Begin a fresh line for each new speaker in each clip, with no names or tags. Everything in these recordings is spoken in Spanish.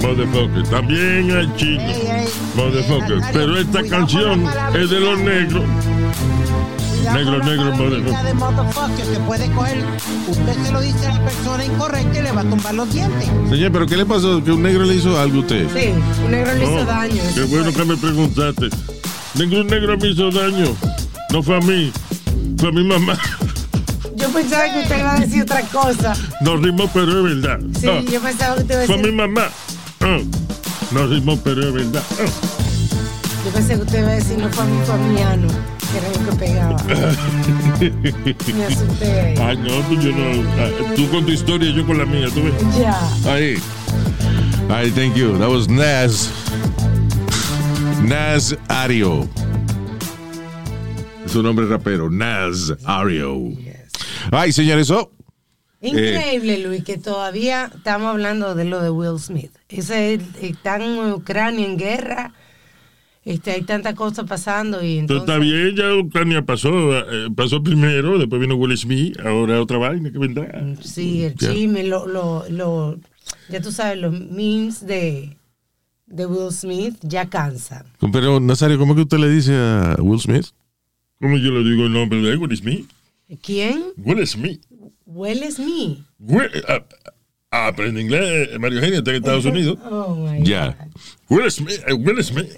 motherfucker. También hay chino,
Ey, ey.
motherfucker.
Nazario,
Pero esta
cuidado
canción
con la palabrita.
es de los negros.
Cuidado
Negro,
con la
negro,
palabrita
motherfucker.
de motherfucker, se puede coger. Usted se lo dice a la persona incorrecta y le va a tumbar los dientes.
Señor, pero ¿qué le pasó? Que un negro le hizo algo a usted.
Sí, un negro le hizo
Oh,
daño.
Qué bueno que me preguntaste. Ningún negro me hizo daño. No fue a mí, fue a mi mamá.
Yo pensaba que usted iba a decir otra cosa.
Nos rimos, pero es verdad.
Sí,
Ah,
yo pensaba que usted iba
fue
a
a mi
decir.
mamá. Ah, nos rimos, pero es verdad. Ah,
Yo pensé que usted iba a decir no fue a mi familiano. Que era lo que pegaba. Me asusté ahí.
Ay, no, tú, yo no. ah, Tú con tu historia, yo con la mía, tú ves.
Ya.
Ahí. Ahí, thank you. That was Nas. Nas Ario. Es un nombre rapero. Nas Ario. Ay, señores, oh.
Increíble, Luis, que todavía estamos hablando de lo de Will Smith. Ese están en Ucrania en guerra. Este, hay tantas cosas pasando y
Entonces,
entonces.
está bien, ya Ucrania pasó, eh, pasó primero, después vino Will Smith, ahora otra vaina que vendrá.
Sí, el
Ya.
chisme, lo, lo, lo, ya tú sabes, los memes de, de Will Smith ya cansan.
Pero, Nazario, ¿cómo que usted le dice a Will Smith?
¿Cómo yo le digo el nombre de Will Smith?
¿Quién?
Will Smith.
Will Smith.
Will, ah, ah, aprende inglés, eh, Mario Eugenio, está en Estados Unidos.
Oh my
Ya.
God.
Will Smith, eh, Will Smith.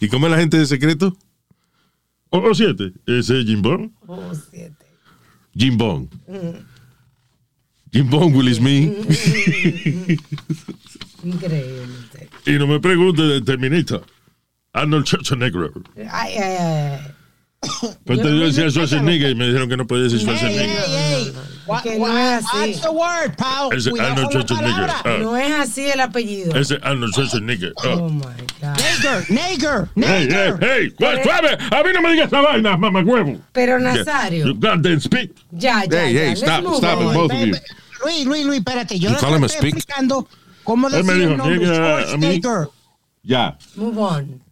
¿Y cómo es la gente de secreto?
O, o siete, ese es Jim Bond.
Oh, siete.
Jim Bong. Jim Bong, Will Smith.
Increíble. usted.
Y no me pregunte del Terminator. Arnold Schwarzenegger.
Ay, ay, ay.
Cuando yo decía Schwarzenegger y me dijeron que no podía decir
Hey, hey,
Schwarzenegger.
hey. What-
Que no es
what-
así.
What's the word, pal?
Ese
Cuidado
Arnold
con la
Schwarzenegger.
palabra.
Ah,
No es así el apellido.
ese Arnold Schwarzenegger. Ah.
Oh my God.
Nigger, nigger,
Hey, hey,
nigger.
hey, cua- suave, a mí no me digas esa vaina, mamacuevo.
Pero
You
Nazario,
goddamn speak.
ya, ya,
Hey,
ya.
hey,
let's
stop,
move
stop it,
on.
both of you.
Luis, Luis, Luis, espérate. Yo
You
le
call him a
estoy
speak?
explicando cómo
Él me
decir
dijo,
un nombre.
nigga, a mí.
Schwarzenegger.
Ya.
Move on.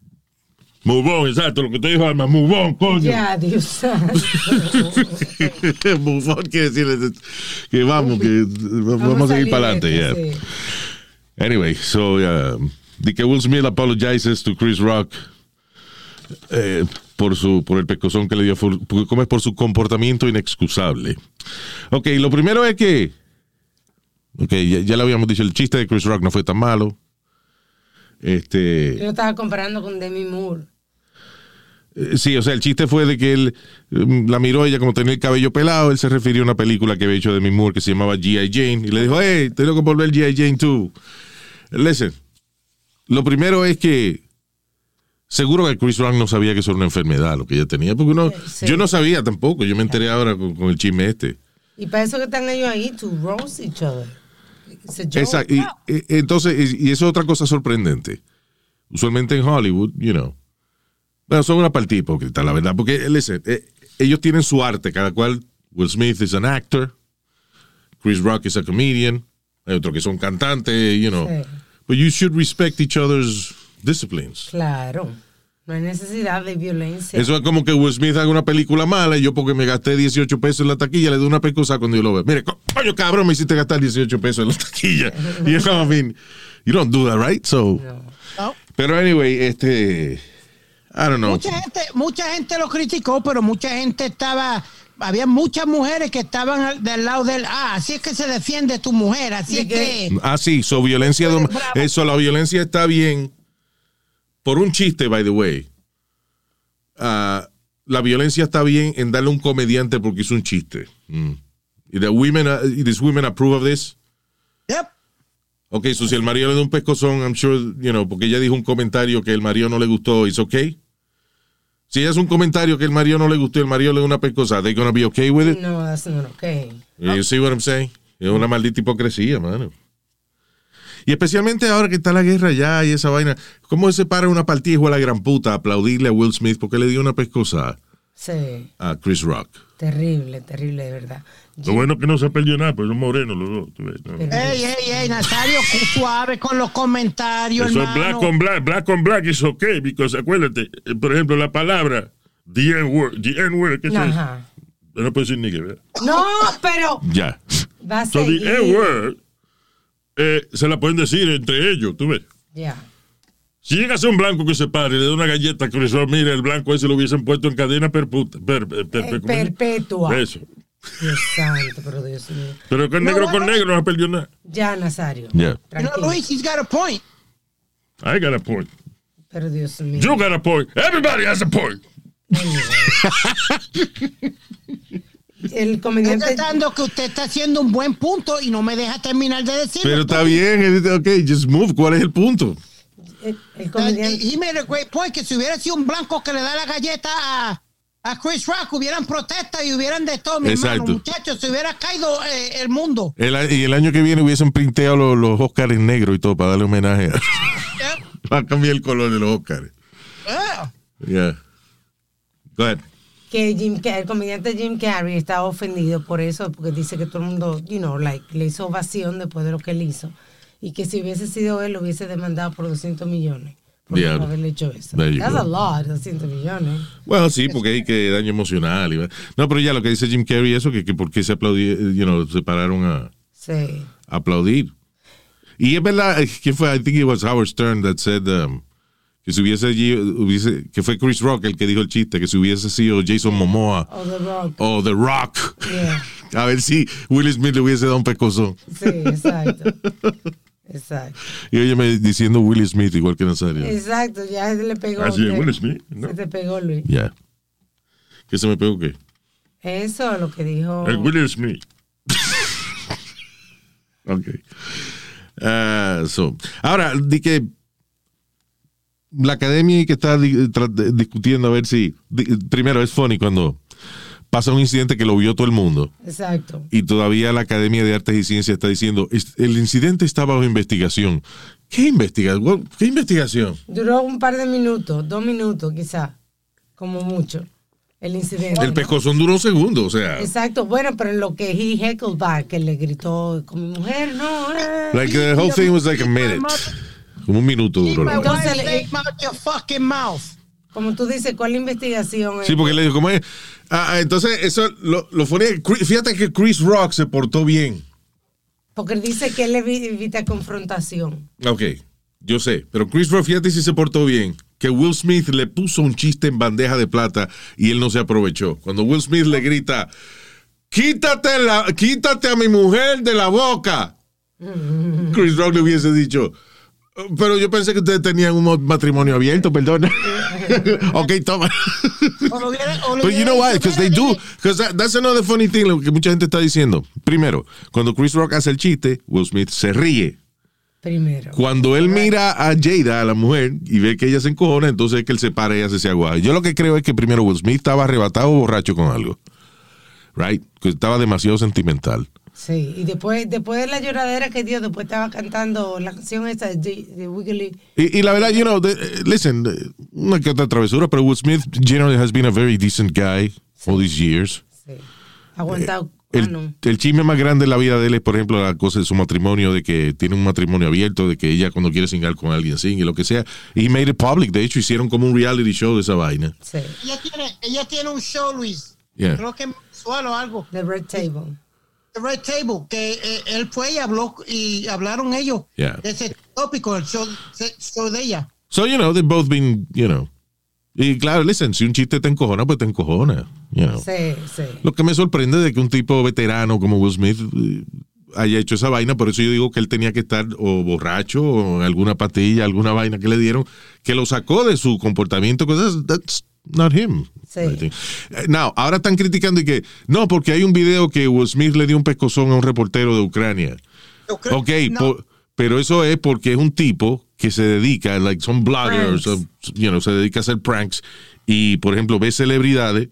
Move on, exacto, lo que te dijo Alma, move on, coño.
Ya, Dios santo.
Bufón quiere decirle que vamos, que vamos, a seguir
salir
para adelante.
de
Yeah.
este, sí.
Anyway, so um, de que Will Smith apologizes to Chris Rock eh, por su por el pescozón que le dio, fu- por- ¿cómo es? por su comportamiento inexcusable. Ok, lo primero es que, ok, ya, ya le habíamos dicho, el chiste de Chris Rock no fue tan malo. Este,
Yo lo estaba comparando con Demi Moore.
eh, Sí, o sea, el chiste fue de que él mm, la miró ella como tenía el cabello pelado. Él se refirió a una película que había hecho de Moore que se llamaba G.I. Jane. Y le dijo, hey, estoy loco por ver G.I. Jane 2. Listen, lo primero es que seguro que Chris Rock no sabía que eso era una enfermedad lo que ella tenía. Porque uno,
Sí.
yo no sabía tampoco. Yo me enteré ahora con, con el chisme este.
Y para eso que están ellos ahí, to roast each other. It's a joke.
Exacto. Y, y- entonces, y, y eso es otra cosa sorprendente. Usualmente en Hollywood, you know. Bueno, son una parte hipócrita, la verdad. Porque, listen, eh, ellos tienen su arte. Cada cual, Will Smith es an actor. Chris Rock is a comedian. Hay otros que son cantantes, you know.
Sí.
But you should respect each other's disciplines.
Claro. No hay necesidad de
Este.
violencia.
Eso es como que Will Smith haga una película mala y yo porque me gasté 18 pesos en la taquilla le doy una pescosa cuando yo lo veo. Mire, co- coño cabrón, me hiciste gastar 18 pesos en la taquilla. You know, I mean, you don't do that, right? So,
No.
No.
pero anyway, este, I don't know.
Mucha gente, mucha gente lo criticó, pero mucha gente estaba. Había muchas mujeres que estaban al- del lado del. Ah, así es que se defiende tu mujer, así
¿De
es
qué?
que.
Ah, sí, so violencia, dom-
Bravo.
eso, la violencia está bien. Por un chiste, by the way. Ah, la violencia está bien en darle a un comediante porque hizo un chiste. Mm. Y the women, uh, these women approve of this.
Yep.
Ok, so si el marido le da un pescozón, I'm sure, you know, porque ella dijo un comentario que el marido no le gustó, it's okay. Si ella hace un comentario que el marido no le gustó y el marido le da una pescosa, they gonna be okay with it?
No, that's not okay.
You see what I'm saying? Es una maldita hipocresía, mano. Y especialmente ahora que está la guerra ya y esa vaina, ¿cómo se para una partida a la gran puta a aplaudirle a Will Smith porque le dio una pescosa
Sí.
a Chris Rock?
Terrible, terrible, de verdad.
Lo bueno que no se perdió nada, pues son morenos los dos. tú ves, ¿no?
Pero-
Ey, ey, ey, Nazario, cu- suave con los comentarios,
Eso es
hermano.
black on black, black on black is okay, because acuérdate, eh, por ejemplo, la palabra, the N-word, the N-word, ¿qué es eso?
Ajá.
No puedo decir nigga, ¿verdad?
No, pero
Ya.
va a
So the
seguir.
N-word eh, se la pueden decir entre ellos, tú ves.
Ya.
Si llegase un blanco que se pare y le da una galleta que Cruz mira, el blanco ese lo hubiesen puesto en cadena perputa, per- per- per-
Eh,
¿cómo se llama?
perpetua.
Eso.
Dios santo, pero Dios mío.
Pero con
No,
negro
bueno.
con negro no se perdió nada.
Ya, Nazario.
Ya.
You know,
Tranquilo.
Luis, he's got a point.
I got a point.
Pero Dios mío.
You got a point. Everybody has a point.
El
Estoy
comediante.
tratando que usted está haciendo un buen punto y no me deja terminar de decirlo.
Pero está bien, eh, ok, just move. ¿Cuál es el punto?
El, el
Uh,
comediante.
He made a great point pues, que si hubiera sido un blanco que le da la galleta a, a Chris Rock, hubieran protestas y hubieran de todo, mi hermano.
Exacto.
Muchachos, se hubiera caído eh, el mundo.
El a- y el año que viene hubiesen printeado los, los Oscars en negro y todo para darle homenaje. a-
Yep.
para cambiar el color de los Oscars.
Eh, Yeah.
Yeah. Go ahead.
que Jim Car- el comediante Jim Carrey está ofendido por eso, porque dice que todo el mundo, you know, like, le hizo ovación después de lo que él hizo. Y que si hubiese sido él, lo hubiese demandado por 200 millones. Por no
Diablo.
haberle hecho eso.
There you
That's
go.
a lot, 200 millones.
Bueno, sí, porque hay que daño emocional. y va- No, pero ya lo que dice Jim Carrey, eso, que, que por qué se aplaudí, eh, you know, se pararon a,
Sí.
a aplaudir. Y es verdad, eh, que fue, I think it was Howard Stern that said um, que si hubiese, allí- hubiese, que fue Chris Rock el que dijo el chiste, que si hubiese sido Jason Momoa
O The Rock.
o The Rock,
Yeah.
a ver si Will Smith le hubiese dado un pecozón.
Sí, exacto. Exacto.
Y óyeme diciendo Will Smith igual que Nazario.
Exacto, ya se le pegó.
Ah,
Así es,
Te-
Will Smith, ¿no?
Se te pegó, Luis.
Ya. ¿Qué se me pegó qué?
Eso lo que dijo.
Eh,
El Will Smith.
Ok. Ah, so. Ahora, di que la academia que está di- tra- de- discutiendo a ver si. di- primero, es funny cuando pasa un incidente que lo vio todo el mundo
Exacto.
y todavía la Academia de Artes y Ciencias está diciendo "Es- el incidente está bajo investigación. ¿Qué investigación? ¿Qué investigación?
Duró un par de minutos, dos minutos quizás, como mucho, el incidente.
El
¿no?
pescozón duró un segundo, o sea.
Exacto, bueno, pero en lo que he Heckleback, que le gritó con mi mujer, no. eh.
Like the whole thing was like a minute. Como un minuto duró. la
My
vaina.
wife
Entonces,
say,
eh,
"Mouth your fucking mouth.
Como tú dices, ¿cuál investigación es?
Sí, porque le dijo, ¿cómo es? Ah, ah, entonces, eso lo, lo funny es que Chris- Fíjate que Chris Rock se portó bien.
Porque él dice que él evi- evita confrontación.
Ok, yo sé, pero Chris Rock, fíjate si se portó bien. Que Will Smith le puso un chiste en bandeja de plata y él no se aprovechó. Cuando Will Smith le grita, quítate, la, quítate a mi mujer de la boca. Chris Rock le hubiese dicho, pero yo pensé que ustedes tenían un matrimonio abierto, perdón. ok, toma.
O lo hubiera- o lo
But you
hubiera
know why?
dicho,
Because they
"Mira,
do.
dile,
Because that- that's another funny thing lo que mucha gente está diciendo. Primero, cuando Chris Rock hace el chiste, Will Smith se ríe.
Primero.
Cuando él mira a Jada, a la mujer, y ve que ella se encojona, entonces es que él se para y hace ese aguaje. Yo lo que creo es que primero Will Smith estaba arrebatado o borracho con algo. Right? Que estaba demasiado sentimental.
Sí, y después, después de la lloradera que dio, después estaba cantando la canción esa de, J- de Wiggly.
Y, y la verdad, you know, the- listen, the- una que otra travesura, pero Will Smith generally has been a very decent guy all these years.
Sí. Aguantado.
Eh,
ah, no.
El, el chisme más grande de la vida de él es, por ejemplo, la cosa de su matrimonio, de que tiene un matrimonio abierto, de que ella cuando quiere singar con alguien singue, lo que sea. Y made it public. De hecho, hicieron como un reality show de esa vaina.
Sí.
Ella tiene, ella tiene un show, Luis.
Yeah.
Creo que mensual o algo.
The Red Table.
The Red Table, que eh, él fue y habló y hablaron ellos
Yeah.
de ese tópico, el show, se- show de ella.
So, you know, they've both been, you know. Y claro, listen, si un chiste te encojona, pues te encojona. You know.
Sí, sí.
Lo que me sorprende de que un tipo veterano como Will Smith eh, haya hecho esa vaina, por eso yo digo que él tenía que estar o borracho o en alguna pastilla, alguna vaina que le dieron, que lo sacó de su comportamiento, cosas, that's not him.
Sí.
I think. Eh, Now, ahora están criticando y que, no, porque hay un video que Will Smith le dio un pescozón a un reportero de Ucrania.
Yo creo-
Ok, pues,
no,
por- pero eso es porque es un tipo que se dedica, like, son bloggers,
Pranks.
son, you know, se dedica a hacer pranks y, por ejemplo, ve celebridades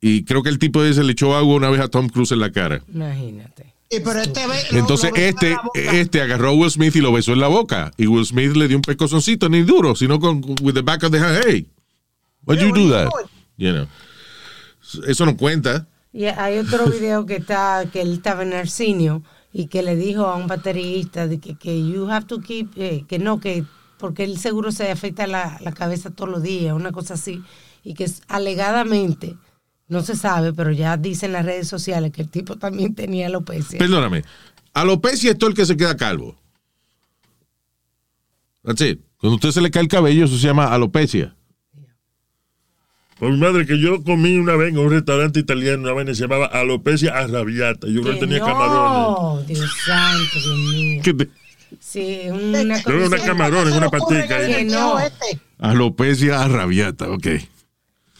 y creo que el tipo ese le echó agua una vez a Tom Cruise en la cara.
Imagínate.
y pero este ve- lo-
Entonces
lo ve con
este,
la boca.
este agarró a Will Smith y lo besó en la boca y Will Smith le dio un pescozoncito, ni duro, sino con with the back of the hand, hey, why'd
Yeah,
you
what
do
you
that?
doing?
You know. Eso no cuenta.
Y hay otro video que está, que él estaba en Arsenio y que le dijo a un baterista de que, que you have to keep, eh, que no, que porque él seguro se afecta la, la cabeza todos los días, una cosa así, y que es- alegadamente, no se sabe, pero ya dicen las redes sociales que el tipo también tenía alopecia.
Perdóname. Alopecia es todo el que se queda calvo. That's it. Cuando a usted se le cae el cabello, eso se llama alopecia.
Por mi madre, que yo comí una vez en un restaurante italiano, una vaina que se llamaba alopecia arrabiata. Yo creo que tenía
no,
camarones.
Dios santo, Dios mío.
¿Qué te-
Sí, una
Yo era una
cosa.
camarón en una
Se le ocurre
patica.
que
Que
ahí.
no.
este.
Alopecia arrabiata, ok.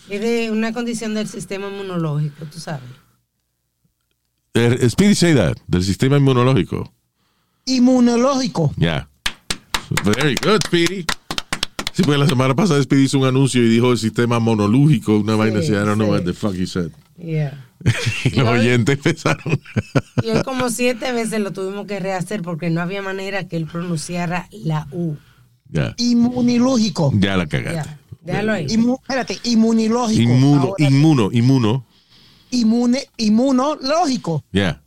Es de una condición del sistema inmunológico, tú sabes.
Eh, Speedy say that, del sistema inmunológico.
Inmunológico.
Ya. Very good, Speedy. Sí, porque la semana pasada Speedy hizo un anuncio y dijo el sistema monológico, una vaina así, I don't know
sí.
what the fuck he said.
Yeah.
Y los
No, y-
oyentes empezaron.
Y él como siete veces lo tuvimos que rehacer porque no había manera que él pronunciara la U.
ya,
Inmunológico.
ya la cagaste.
Ya, déjalo ahí.
Inmu- espérate, inmunológico.
Inmuno,
Ahora,
inmuno, inmuno.
inmune, inmunológico.
Ya.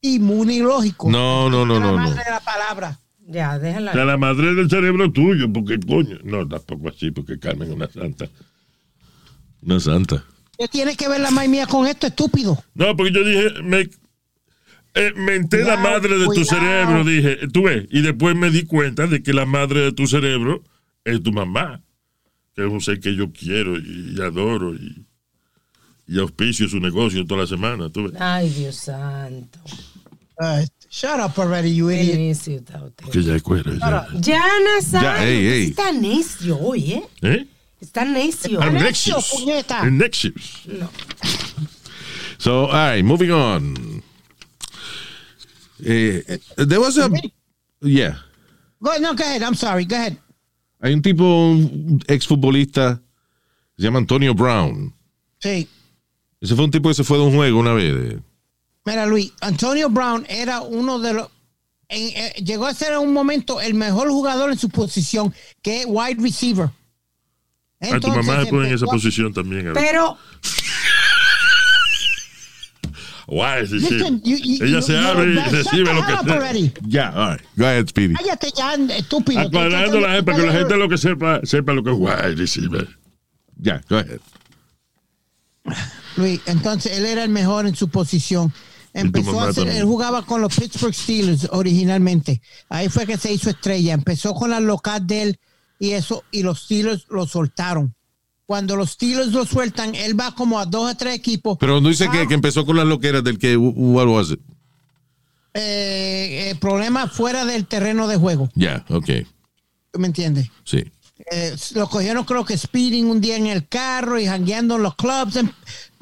Inmunológico.
No, no, no,
la
no,
madre
no.
de la palabra.
Ya, déjalo
A
ahí.
la madre del cerebro tuyo, porque coño. No, tampoco así, porque Carmen es una santa.
Una santa.
¿Qué tiene que ver la madre mía con esto, estúpido?
No, porque yo dije, me, eh, menté la
Cuidado,
madre de tu
cuidado.
cerebro, dije, eh, tú ves, y después me di cuenta de que la madre de tu cerebro es tu mamá, que es un ser que yo quiero y, y adoro y, y auspicio su negocio toda la semana, tú ves.
Ay, Dios santo.
Ay, Ah, este, shut up already, you
Qué
idiot.
necio está usted.
Que ya es cuero, ya.
Yana Sánchez,
Ya, ey, ey.
está necio hoy, ¿eh?
¿Eh?
Está necio.
I'm
necio,
Nexius.
puñeta.
I'm Nexius.
No.
So, all right, moving on. Eh, there was a. Yeah.
Go, no, go ahead. I'm sorry. Go ahead.
Hay un tipo, un exfutbolista, se llama Antonio Brown.
Sí.
Ese fue un tipo que se fue de un juego una vez. de-
Mira, Luis, Antonio Brown era uno de los. en- eh, llegó a ser en un momento el mejor jugador en su posición, que es wide receiver.
A Ah, tu mamá se pone en esa
empezó a-
posición también. a ver.
Pero
Guay, sí, sí.
Listen, you- you-
Ella
you-
se
you-
abre y
shut
recibe
the
lo que
hell up
sea.
already.
Ya, all right. Go ahead, Speedy.
Cállate ya, estúpido.
Aclarando la gente, para que la gente lo que sepa, sepa lo que es wide receiver.
Ya, go ahead.
Luis, entonces él era el mejor en su posición. Empezó
mamá
a hacer,
también.
él jugaba con los Pittsburgh Steelers originalmente. Ahí fue que se hizo estrella. Empezó con la local de él y eso, y los Steelers lo soltaron. Cuando los Steelers lo sueltan, él va como a dos o tres equipos.
Pero no dice
Ah.
que, que empezó con las loqueras del que, what was it?
Eh, eh, problemas fuera del terreno de juego.
Ya, ok.
¿Tú ¿Me entiendes?
Sí.
Eh, lo cogieron creo que speeding un día en el carro y jangueando en los clubs en-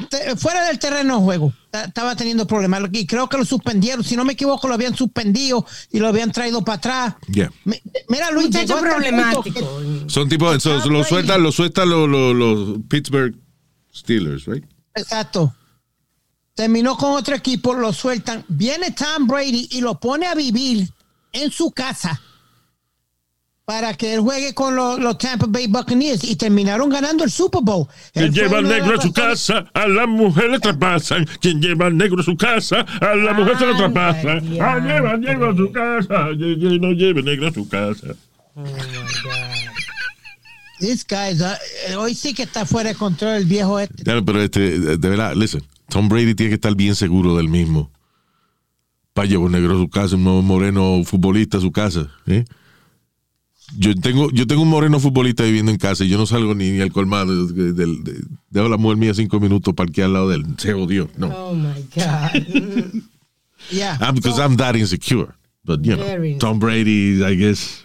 te- fuera del terreno de juego Ta- estaba teniendo problemas y creo que lo suspendieron si no me equivoco lo habían suspendido y lo habían traído para atrás
Yeah.
Mi- mira Luis
muchacho
llegó hasta el punto
problemático.
Son
Ah,
tipos, so- lo
Tom
pues,
Brady.
sueltan, lo sueltan los los- los Pittsburgh Steelers, right?
que- exacto terminó con otro equipo lo sueltan viene Tom Brady y lo pone a vivir en su casa para que él juegue con los, los Tampa Bay Buccaneers y terminaron ganando el Super Bowl
Quien
Él fue
lleva al
una de
negro
las
a su casa,
razones-
a la mujer le traspasan. Quien lleva al negro a su casa, a la mujer se le traspasa.
Ay,
Ah, lleva al negro
diablo.
a su casa. ye- ye- No lleve negro a su casa.
This guy, is, uh, eh, hoy sí que está fuera de control el viejo este.
Claro, pero este, de verdad, listen, Tom Brady tiene que estar bien seguro del mismo. Para llevar un negro a su casa, un moreno futbolista a su casa. ¿eh? Yo tengo, yo tengo un moreno futbolista viviendo en casa y yo no salgo ni, ni al colmado. de- de- de- dejo a la mujer mía cinco minutos parquear al lado de él. Se odió. No.
Oh my God.
Yeah.
I'm, Ah, because I'm that insecure. But, you know,
Very.
Tom Brady, I guess,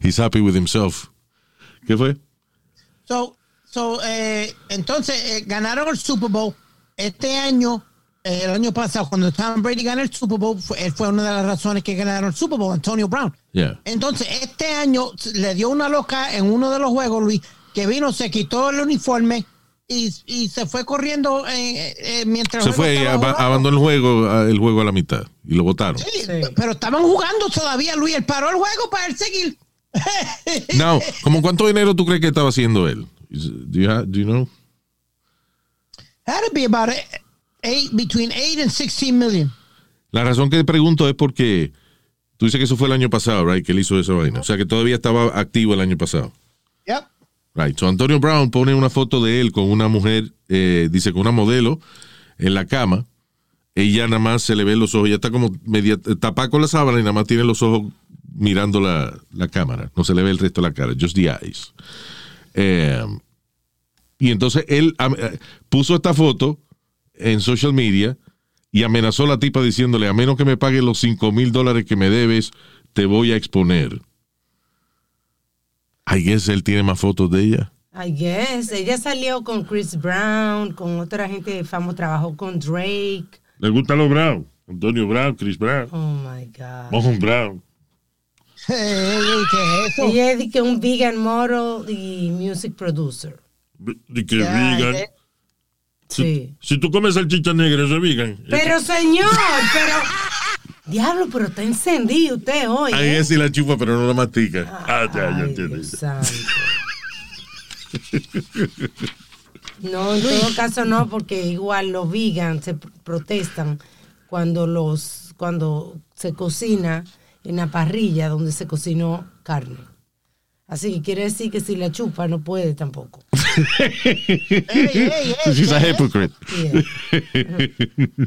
he's happy with himself. ¿Qué fue?
So, so, eh, entonces eh, ganaron el Super Bowl. Este año, eh, el año pasado, cuando Tom Brady ganó el Super Bowl, fue, él fue una de las razones que ganaron el Super Bowl, Antonio Brown.
Yeah.
Entonces, este año s- le dio una loca en uno de los juegos, Luis, que vino, se quitó el uniforme y, y se fue corriendo eh, eh, eh, mientras
Se
el juego
fue y
estaba
aba-
jugando.
abandonó el juego, a- el juego a la mitad y lo votaron.
Sí,
Sí.
Pero estaban jugando todavía, Luis. Él paró el juego para él seguir.
No, ¿cómo cuánto dinero tú crees que estaba haciendo él? Is- Do you, ha- do you know?
Had to be about eight, eight- between 8 and 16 million.
La razón que te pregunto es porque tú dices que eso fue el año pasado, right? Que él hizo esa vaina. O sea, que todavía estaba activo el año pasado.
Yep.
Right. So Antonio Brown pone una foto de él con una mujer, eh, dice con una modelo en la cama. Ella nada más se le ven los ojos, ya está como media tapada con la sábana y nada más tiene los ojos mirando la, la cámara. No se le ve el resto de la cara, just the eyes. Eh, y entonces él am- eh, puso esta foto en social media y amenazó a la tipa diciéndole, a menos que me pague los 5 mil dólares que me debes, te voy a exponer. I guess él tiene más fotos de ella.
I guess. Ella salió con Chris Brown, con otra gente famosa, trabajó con Drake.
Le gusta los Brown. Antonio Brown, Chris Brown,
Oh my
Ah.
God.
Mohan Brown.
Hey, hey, ¿Qué es eso?
Ella es de que un vegan model y music producer.
De que
Ya,
vegan.
eh,
Sí.
Si tú comes salchicha negra, eso es vegan.
Eh,
Pero señor, pero... Diablo, pero está encendido usted hoy.
I
¿eh?
guess sí la chupa, pero no la mastica.
Ah, ya, ya
Ay,
entendí.
Dios santo. No, en todo caso no, porque igual los vegan se pr- protestan cuando los cuando se cocina en la parrilla donde se cocinó carne. Así que quiere decir que si la chupa no puede tampoco.
hey, hey, hey,
She's
¿qué
a
es?
hypocrite.
Yeah.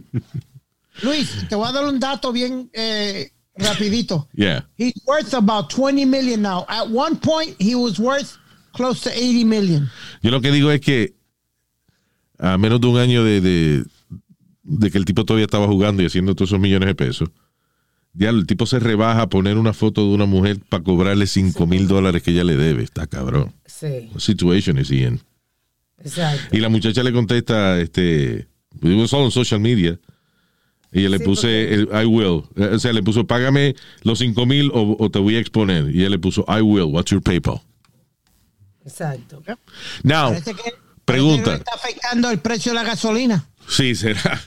Luis, te voy a dar un dato bien eh, rapidito.
Yeah.
He's worth about 20 million now. At one point, he was worth close to 80 million.
Yo lo que digo es que a menos de un año de, de- de que el tipo todavía estaba jugando y haciendo todos esos millones de pesos, ya el tipo se rebaja a poner una foto de una mujer para cobrarle 5 mil dólares que ella le debe. Está cabrón.
Sí,
What situation is he in?
exacto.
Y la muchacha le contesta, este, it was all on social media. Y le
Sí,
puse, el, I will. Eh, O sea, le puso, págame los 5 mil o, o te voy a exponer. Y él le puso, I will, what's your PayPal?
Exacto.
Now,
Parece que- parece que le
pregunta.
está afectando el precio de la gasolina.
Sí, será.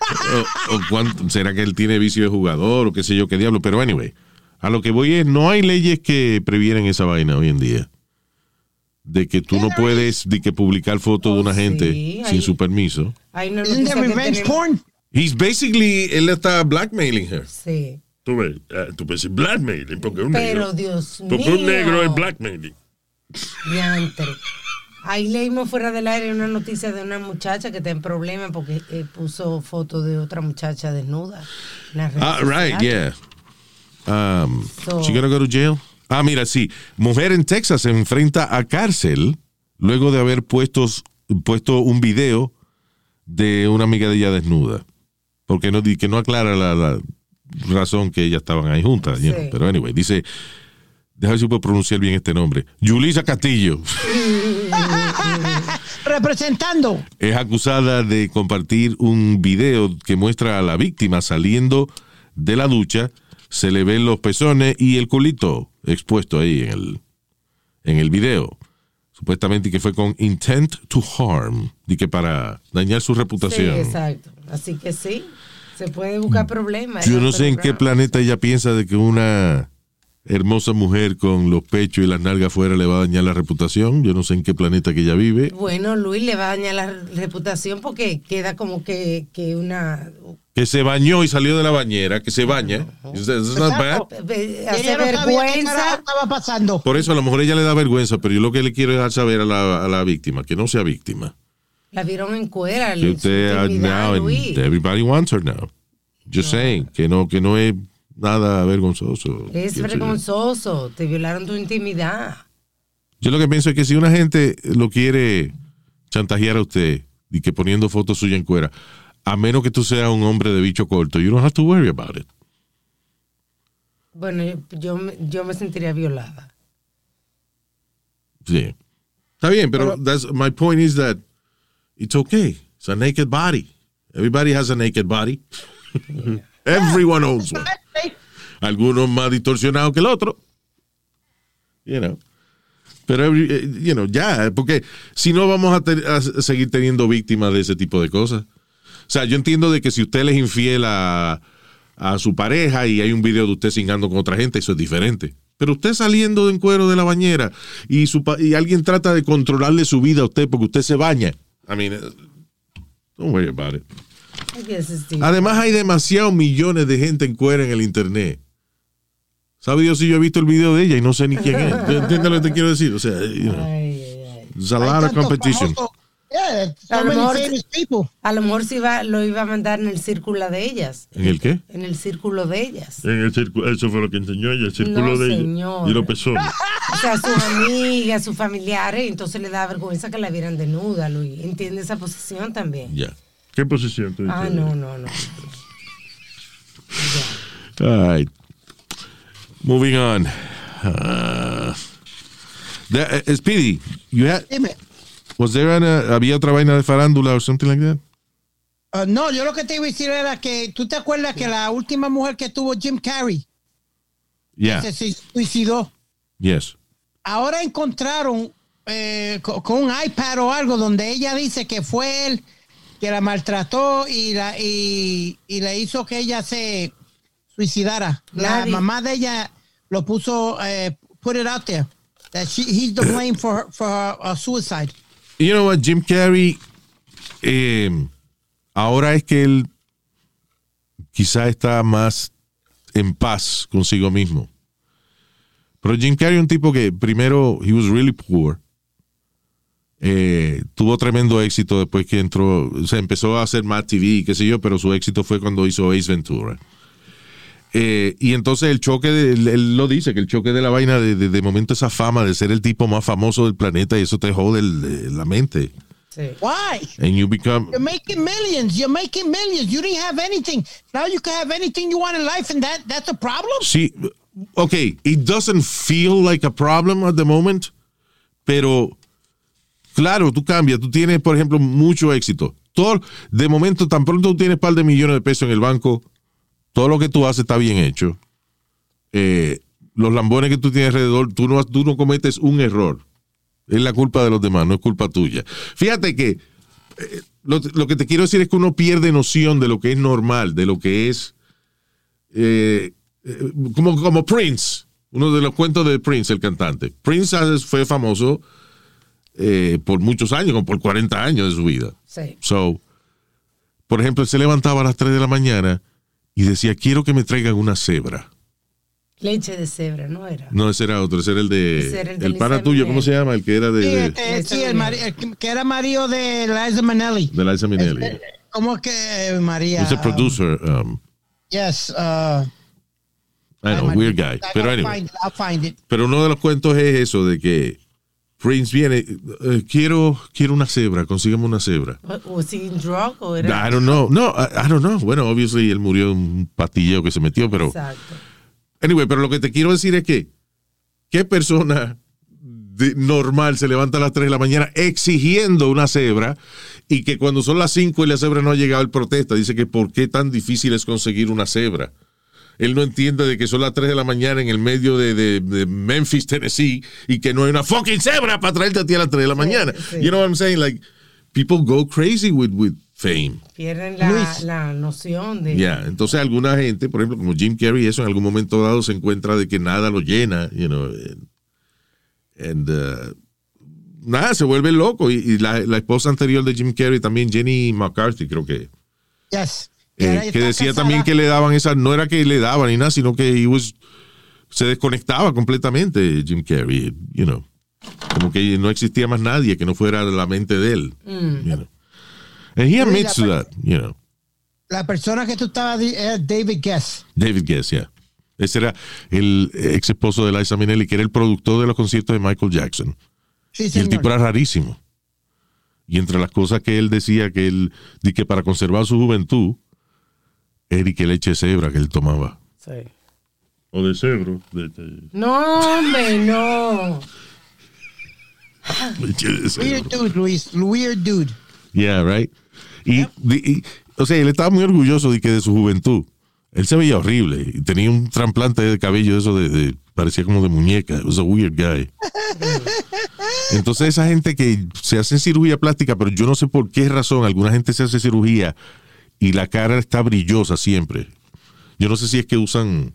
o, o cuánto- será que él tiene vicio de jugador o qué sé yo, qué diablo. Pero anyway, a lo que voy es, no hay leyes que previenen esa vaina hoy en día. De que tú no puedes de que publicar fotos de
Oh,
una
sí,
gente sin
ahí-
su permiso.
Hay una
Isn't
noticia
there
que
revenge
tenemos-
porn?
He's basically, él está blackmailing her.
Sí.
Tú ves, ah, tú puedes decir blackmailing, porque un
Pero
negro.
Dios mío.
Porque un negro es blackmailing.
Diantre. Ahí leímos fuera del aire una noticia de una muchacha que está en problemas porque eh, puso foto de otra muchacha desnuda. en las redes
Ah, right,
sociales.
yeah. Um,
So-
she gonna go to jail? Ah, mira, sí. Mujer en Texas se enfrenta a cárcel luego de haber puestos- puesto un video de una amiga de ella desnuda. Porque no, di- que no aclara la, la razón que ellas estaban ahí juntas. you know.
Sí.
Pero anyway, dice, déjame ver si puedo pronunciar bien este nombre. Yulisa Castillo.
Representando.
es acusada de compartir un video que muestra a la víctima saliendo de la ducha, se le ven los pezones y el culito expuesto ahí en el, en el video. Supuestamente que fue con intent to harm, y que para dañar su
Sí,
reputación.
exacto. Así que sí, se puede buscar problemas.
Yo no sé en qué
Brown.
planeta ella piensa de que una hermosa mujer con los pechos y las nalgas fuera le va a dañar la reputación. Yo no sé en qué planeta que ella vive.
Bueno, Luis le va a dañar la reputación porque queda como que, que una...
Que se bañó y salió de la bañera, que se baña. It's- it's not bad.
eh, Hace
Ella no sabía qué carajo
vergüenza.
estaba pasando.
Por eso a lo mejor ella le da vergüenza, pero yo lo que le quiero es dar saber a la, a la víctima, que no sea víctima.
La vieron en cuera.
Que usted ah, now, and
Luis.
everybody wants her now. Just saying, que no, que no es nada vergonzoso.
Es
pienso yo.
vergonzoso. Te violaron tu intimidad.
Yo lo que pienso es que si una gente lo quiere chantajear a usted y que poniendo fotos suyas en cuera, a menos que tú seas un hombre de bicho corto, you don't have to worry about it.
Bueno, yo- yo, me- yo me sentiría violada.
Sí. Está bien, pero, that's, my point is that it's okay. It's a naked body. Everybody has a naked body. Everyone owns one. Algunos más distorsionados que el otro. You know. Pero, every- eh, you know, ya, eh, porque si no vamos a, ter- a seguir teniendo víctimas de ese tipo de cosas. O sea, yo entiendo de que si usted le es infiel a, a su pareja y hay un video de usted cingando con otra gente, eso es diferente. Pero usted saliendo en cuero de la bañera y, su, pa- y alguien trata de controlarle su vida a usted porque usted se baña. I mean, eh, don't worry about it.
I guess it's the-
Además, hay demasiados millones de gente en cuera en el internet. ¿Sabe Dios si yo he visto el video de ella y no sé ni quién es? ¿Entiendes lo que te quiero decir? O sea, you know,
Ay, ay, ay.
there's a lot of
Tantos
competition.
famosos. Yeah, so
A lo
many
mejor-
famous people.
A lo mejor sí va, lo iba a mandar en el círculo de ellas.
¿En el qué?
En el círculo de ellas.
En el círculo, eso fue lo que enseñó ella, el círculo
No,
de ella.
señor.
Y los pezones.
O sea, sus amigas, sus familiares. eh, Entonces le da vergüenza que la vieran desnuda, Luis. Entiende esa posición también.
Ya.
¿Qué posición tú
Ah,
dices?
no, no, no.
All right. Moving on. Uh, the- eh, Speedy, you had,
Dime.
was there an, uh, había otra vaina de farándula or something like that?
Ah, no, yo lo que te iba a decir era que tú te acuerdas que la última mujer que tuvo Jim Carrey
Yeah.
se suicidó.
Yes.
Ahora encontraron eh, co- con un iPad o algo donde ella dice que fue él que la maltrató y la y, y le hizo que ella se suicidara. La
Nadie.
mamá de ella lo puso eh, put it out there that she, he's the blame for her- for her, uh, suicide.
You know what, Jim Carrey, eh, ahora es que él quizá está más en paz consigo mismo. Pero Jim Carrey es un tipo que primero, he was really poor. Eh, tuvo tremendo éxito después que entró, o sea, empezó a hacer más TV, y qué sé yo, pero su éxito fue cuando hizo Ace Ventura. Eh, y entonces el choque, de- él, él lo dice, que el choque de la vaina, de, de- de momento esa fama de ser el tipo más famoso del planeta, y eso te jode el- el- la mente.
Sí.
Why?
And you become,
You're making millions. You're making millions. You didn't have anything. Now you can have anything you want in life, and that that's a problem.
Sí, ok, it doesn't feel like a problem at the moment, pero claro, tú cambias, tú tienes, por ejemplo, mucho éxito. todo, de momento, tan pronto tú tienes un par de millones de pesos en el banco, todo lo que tú haces está bien hecho. Eh, los lambones que tú tienes alrededor, tú no, tú no cometes un error. Es la culpa de los demás, no es culpa tuya. Fíjate que eh, lo, lo que te quiero decir es que uno pierde noción de lo que es normal, de lo que es eh, eh, como, como Prince, uno de los cuentos de Prince, el cantante. Prince antes fue famoso eh, por muchos años, como por 40 años de su vida.
Sí.
So, por ejemplo, él se levantaba a las 3 de la mañana y decía, quiero que me traigan una cebra.
Leche de cebra, ¿no era?
No, ese era otro, ese era el de...
Ese era el
el
de
pana
Lisa
tuyo,
Minnelli.
¿cómo se llama? El que era de,
Sí,
de,
este, Eh, sí, el, mari- el que- que era marido de Liza Minnelli.
de Liza Minnelli.
¿Cómo es que eh, María?
He's a
um,
producer. um,
Yes. uh,
I know,
I might-
weird guy.
I-
Pero
I'll
anyway.
find it, I'll find it.
Pero uno de los cuentos es eso de que Prince viene, eh, quiero, quiero una cebra, consígueme una cebra.
O, o sin drug o era.
I don't know, no, I, I don't know. Bueno, obviously él murió de un pastilleo que se metió, pero
Exacto.
anyway, pero lo que te quiero decir es que qué persona de- normal se levanta a las 3 de la mañana exigiendo una cebra y que cuando son las 5 y la cebra no ha llegado, él protesta, dice que por qué tan difícil es conseguir una cebra. Él no entiende de que son las 3 de la mañana en el medio de, de- de Memphis, Tennessee, y que no hay una fucking cebra para traerte a ti a las 3 de la mañana.
sí.
You know what I'm saying? Like, people go crazy with, with fame.
Pierden la,
Luis.
la noción de.
Ya, entonces alguna gente, por ejemplo, como Jim Carrey, eso en algún momento dado se encuentra de que nada lo llena, you know, and, and, uh, nada, se vuelve loco. Y, y la, la esposa anterior de Jim Carrey, también Jenny McCarthy, creo que,
Yes.
eh,
Era-
que
está
decía
casada.
también que le daban esa, no era que le daban ni nada, sino que he was- se desconectaba completamente Jim Carrey, you know, como que no existía más nadie que no fuera la mente de él,
Mm.
you know. And he admits to
pues,
that, you know.
La persona que tú estabas di- era David Guess.
David Guess, yeah. Ese era el ex esposo de Liza Minnelli, que era el productor de los conciertos de Michael Jackson.
Sí,
Y el tipo
señor.
era rarísimo. Y entre las cosas que él decía que él, di que para conservar su juventud, era y que leche de cebra que él tomaba.
Sí.
O de cebro. de- de-
No, hombre, no.
Leche de
Weird
cebra.
dude, Luis. Weird dude.
Yeah, right. Y, di- y- o sea, él estaba muy orgulloso de que de su juventud. Él se veía horrible y tenía un trasplante de cabello, eso de, de- parecía como de muñeca. It was a weird guy. Entonces esa gente que se hace cirugía plástica, pero yo no sé por qué razón alguna gente se hace cirugía y la cara está brillosa siempre. Yo no sé si es que usan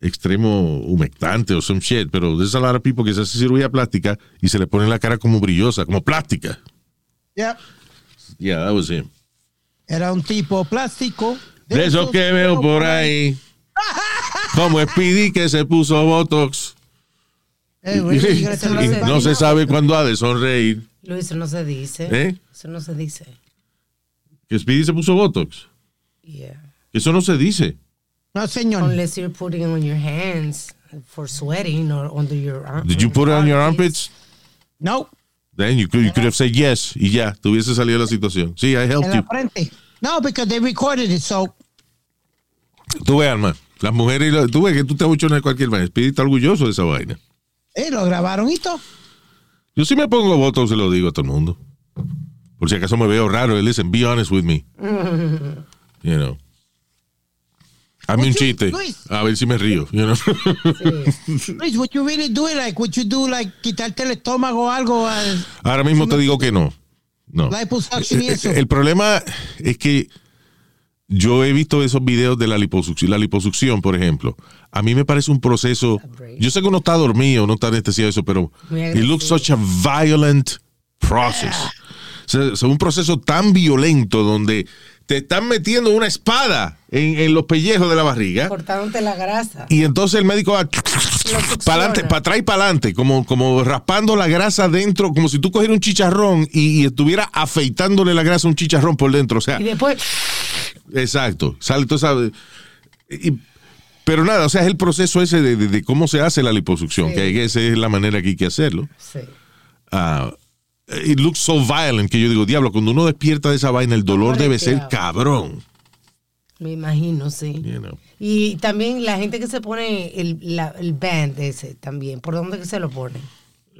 extremo humectante o some shit, pero there's a lot of people que se hace cirugía plástica y se le pone la cara como brillosa, como plástica.
Yep.
Yeah, that was him.
Era un tipo plástico.
De esos que veo por ahí. Como Speedy que se puso Botox.
Eh, güey, yo te lo
Y
sé.
no se sabe cuándo ha de sonreír.
Luis, eso no se dice.
¿Eh?
Eso no se dice.
Que Speedy se puso Botox.
Yeah.
Eso no se dice.
No, señor.
Unless you're putting it on your hands for sweating or under your arm.
Did you put it on your armpits?
No.
Then you could, you could have said yes y ya, te hubiese salido la situación. Sí, I
En
helped
la
you.
frente. No, because they recorded it, so.
Tú ves, Alma, las mujeres, y los- tú ves que tú te abuchonas de cualquier vaina. Speedy está orgulloso de esa vaina.
Eh, lo grabaron y todo.
Yo sí me pongo Botox, se lo digo a todo el mundo. Por si acaso me veo raro, eh, listen, be honest with me. You know. Hazme
Would
un
you-
chiste.
Luis?
A ver si me río. You know?
Luis, would you really do it? Like, would you do, like, quitarte el estómago o algo? al-
Ahora mismo te digo que no. No. Eh,
Liposuction y eso.
El, el problema es que yo he visto esos videos de la liposucción, la liposucción, por ejemplo. A mí me parece un proceso. Yo sé que uno está dormido, no está anestesiado eso, pero
Muy
it looks
agresivo. Ah.
such a violent process. O sea, es un proceso tan violento donde te están metiendo una espada en, en los pellejos de la barriga.
Cortándote la grasa.
Y entonces el médico va para adelante, para atrás y para adelante, como, como raspando la grasa dentro, como si tú cogieras un chicharrón y, y estuviera afeitándole la grasa a un chicharrón por dentro. O sea,
Y después.
exacto. Sale toda esa- y- pero nada, o sea, es el proceso ese de, de- de cómo se hace la liposucción,
Sí.
que, que esa es la manera que hay que hacerlo.
Sí.
Ah, it looks so violent que yo digo, diablo, cuando uno despierta de esa vaina, el dolor
Ahora
debe
te
ser
hago.
cabrón.
Me imagino, sí.
you know.
Y también la gente que se pone el, la- el band ese también. ¿Por dónde que se lo ponen?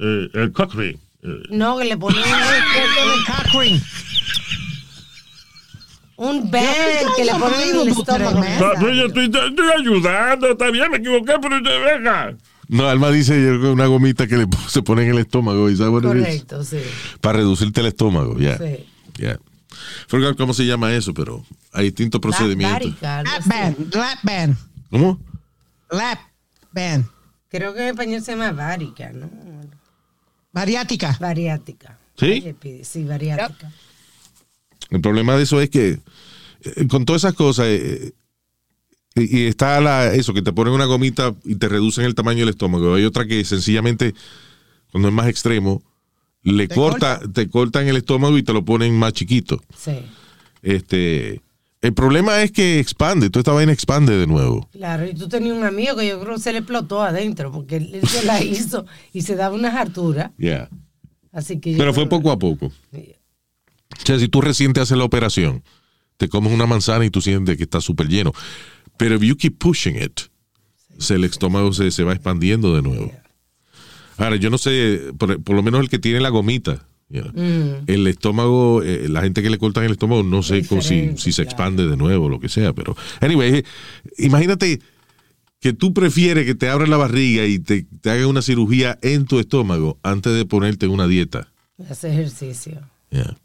eh, el cock ring. eh,
No, que le ponen.
Cochran.
Un band que le ponen en el estómago.
No, no, yo estoy, estoy ayudando, está bien, me equivoqué, pero venga.
No, Alma dice yo creo que una gomita que le po- se pone en el estómago. ¿Y sabes
Correcto, sí.
Para reducirte el estómago, ya.
sí.
ya. Forgot cómo se llama eso, pero hay distintos procedimientos.
Barica, algo
Lap
así.
band, lap band,
¿Cómo?
lap band.
Creo que en español se llama barica, ¿no?
Mariática.
Variática.
¿Sí?
Oye, pide- Sí, variática.
El problema de eso es que eh, con todas esas cosas eh, y y está la, eso que te ponen una gomita y te reducen el tamaño del estómago. Hay otra que sencillamente cuando es más extremo le
Te
corta, te cortan el estómago y te lo ponen más chiquito.
Sí.
Este, el problema es que expande, toda esta vaina expande de nuevo.
Claro, y tú tenías un amigo que yo creo que se le explotó adentro porque él, él se la hizo y se daba unas harturas.
ya
Así que yo
Pero fue
creo-
poco a poco. O sea, si tú recién te haces la operación, te comes una manzana y tú sientes que está súper lleno. Pero if you keep pushing it, se- el estómago se, se va expandiendo de nuevo. Ahora, yo no sé, por, por lo menos el que tiene la gomita, you know,
Mm.
el estómago, eh, la gente que le cortan el estómago, no sé cómo si,
Diferente,
si se
claro.
expande de nuevo o lo que sea. Pero, anyway, eh, imagínate que tú prefieres que te abran la barriga y te, te hagan una cirugía en tu estómago antes de ponerte una dieta.
Hace ejercicio.
Yeah.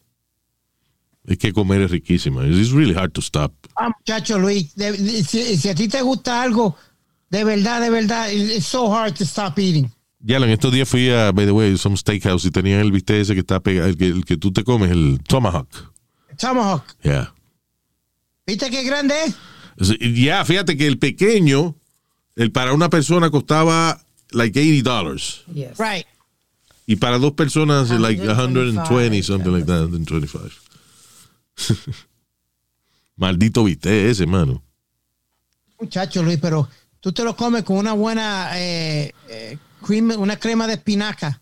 Es que comer es riquísimo. It's really hard to stop.
Ah, muchacho Luis, de- de- si, si a ti te gusta algo, de verdad, de verdad, it- it's so hard to stop eating.
Ya, en estos días fui a, by the way, some steakhouse y tenían el bistec ese que está pegado, el que, el que tú te comes, el tomahawk.
Tomahawk,
Yeah.
¿viste qué grande es?
Es- Ya, fíjate que el pequeño, el para una persona costaba like 80 dollars.
Yes.
Right.
Y para dos personas, like 120,
125,
something like that, 125. Maldito bistec ese, mano.
Muchacho Luis, pero tú te lo comes con una buena eh, eh, cream- una crema de espinaca.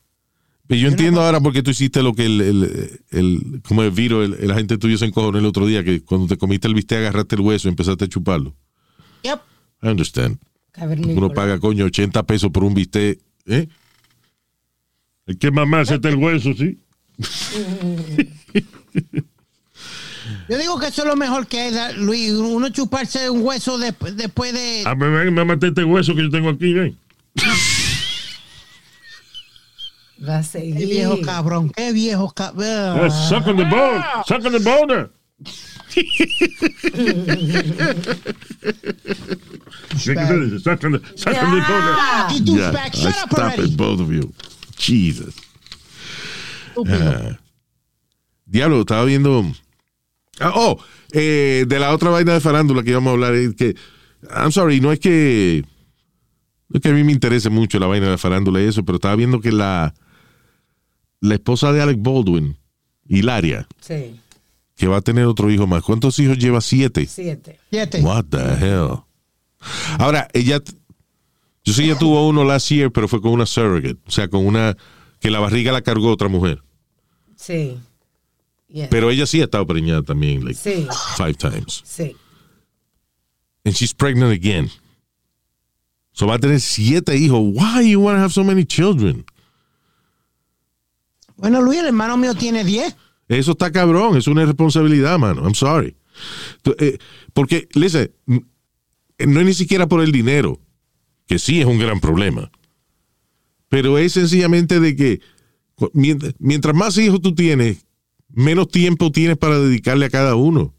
Y yo entiendo ahora por qué tú hiciste lo que el, el, el- como el Viro, el, el agente tuyo se encojonó el otro día, que cuando te comiste el bistec agarraste el hueso y empezaste a chuparlo.
Yep.
I understand.
Cavernícola.
Uno paga, coño, 80 pesos por un bistec. ¿eh?
Es que mamá se te el hueso, sí.
Yo digo que eso es lo mejor que es, da- Luis, uno chuparse un hueso de- después de...
Ah,
A ver, ven, mamate este hueso que yo tengo aquí, ven.
Va a
Qué
seguir.
viejo cabrón, qué viejo Ah,
Oh,
cabrón.
suck on the bone, suck on the boner. ¿Qué que se dice? Suck on the, suck on the boner.
Ya.
Get your back,
I
shut up
stop it,
already.
both of you. Jesus.
Estúpido.
Diablo, estaba viendo. Ah, oh, eh, de la otra vaina de farándula que íbamos a hablar, es que. I'm sorry, no es que. No es que a mí me interese mucho la vaina de la farándula y eso, pero estaba viendo que la. La esposa de Alec Baldwin, Hilaria,
Sí,
que va a tener otro hijo más. ¿Cuántos hijos lleva? Siete.
siete.
Siete.
What the hell. Ahora, ella. Yo sé que ella tuvo uno last year, pero fue con una surrogate. O sea, con una. Que la barriga la cargó otra mujer.
Sí. Yes.
Pero ella sí ha estado preñada también, like,
Sí,
five times.
sí.
and she's pregnant again. So va a tener siete hijos. Why you want to have so many children?
Bueno, Luis, el hermano mío tiene diez.
Eso está cabrón. Es una irresponsabilidad, mano. I'm sorry. Tú, eh, porque, listen, n- no es ni siquiera por el dinero, que sí es un gran problema. Pero es sencillamente de que cu- mient- mientras más hijos tú tienes, menos tiempo tienes para dedicarle a cada uno.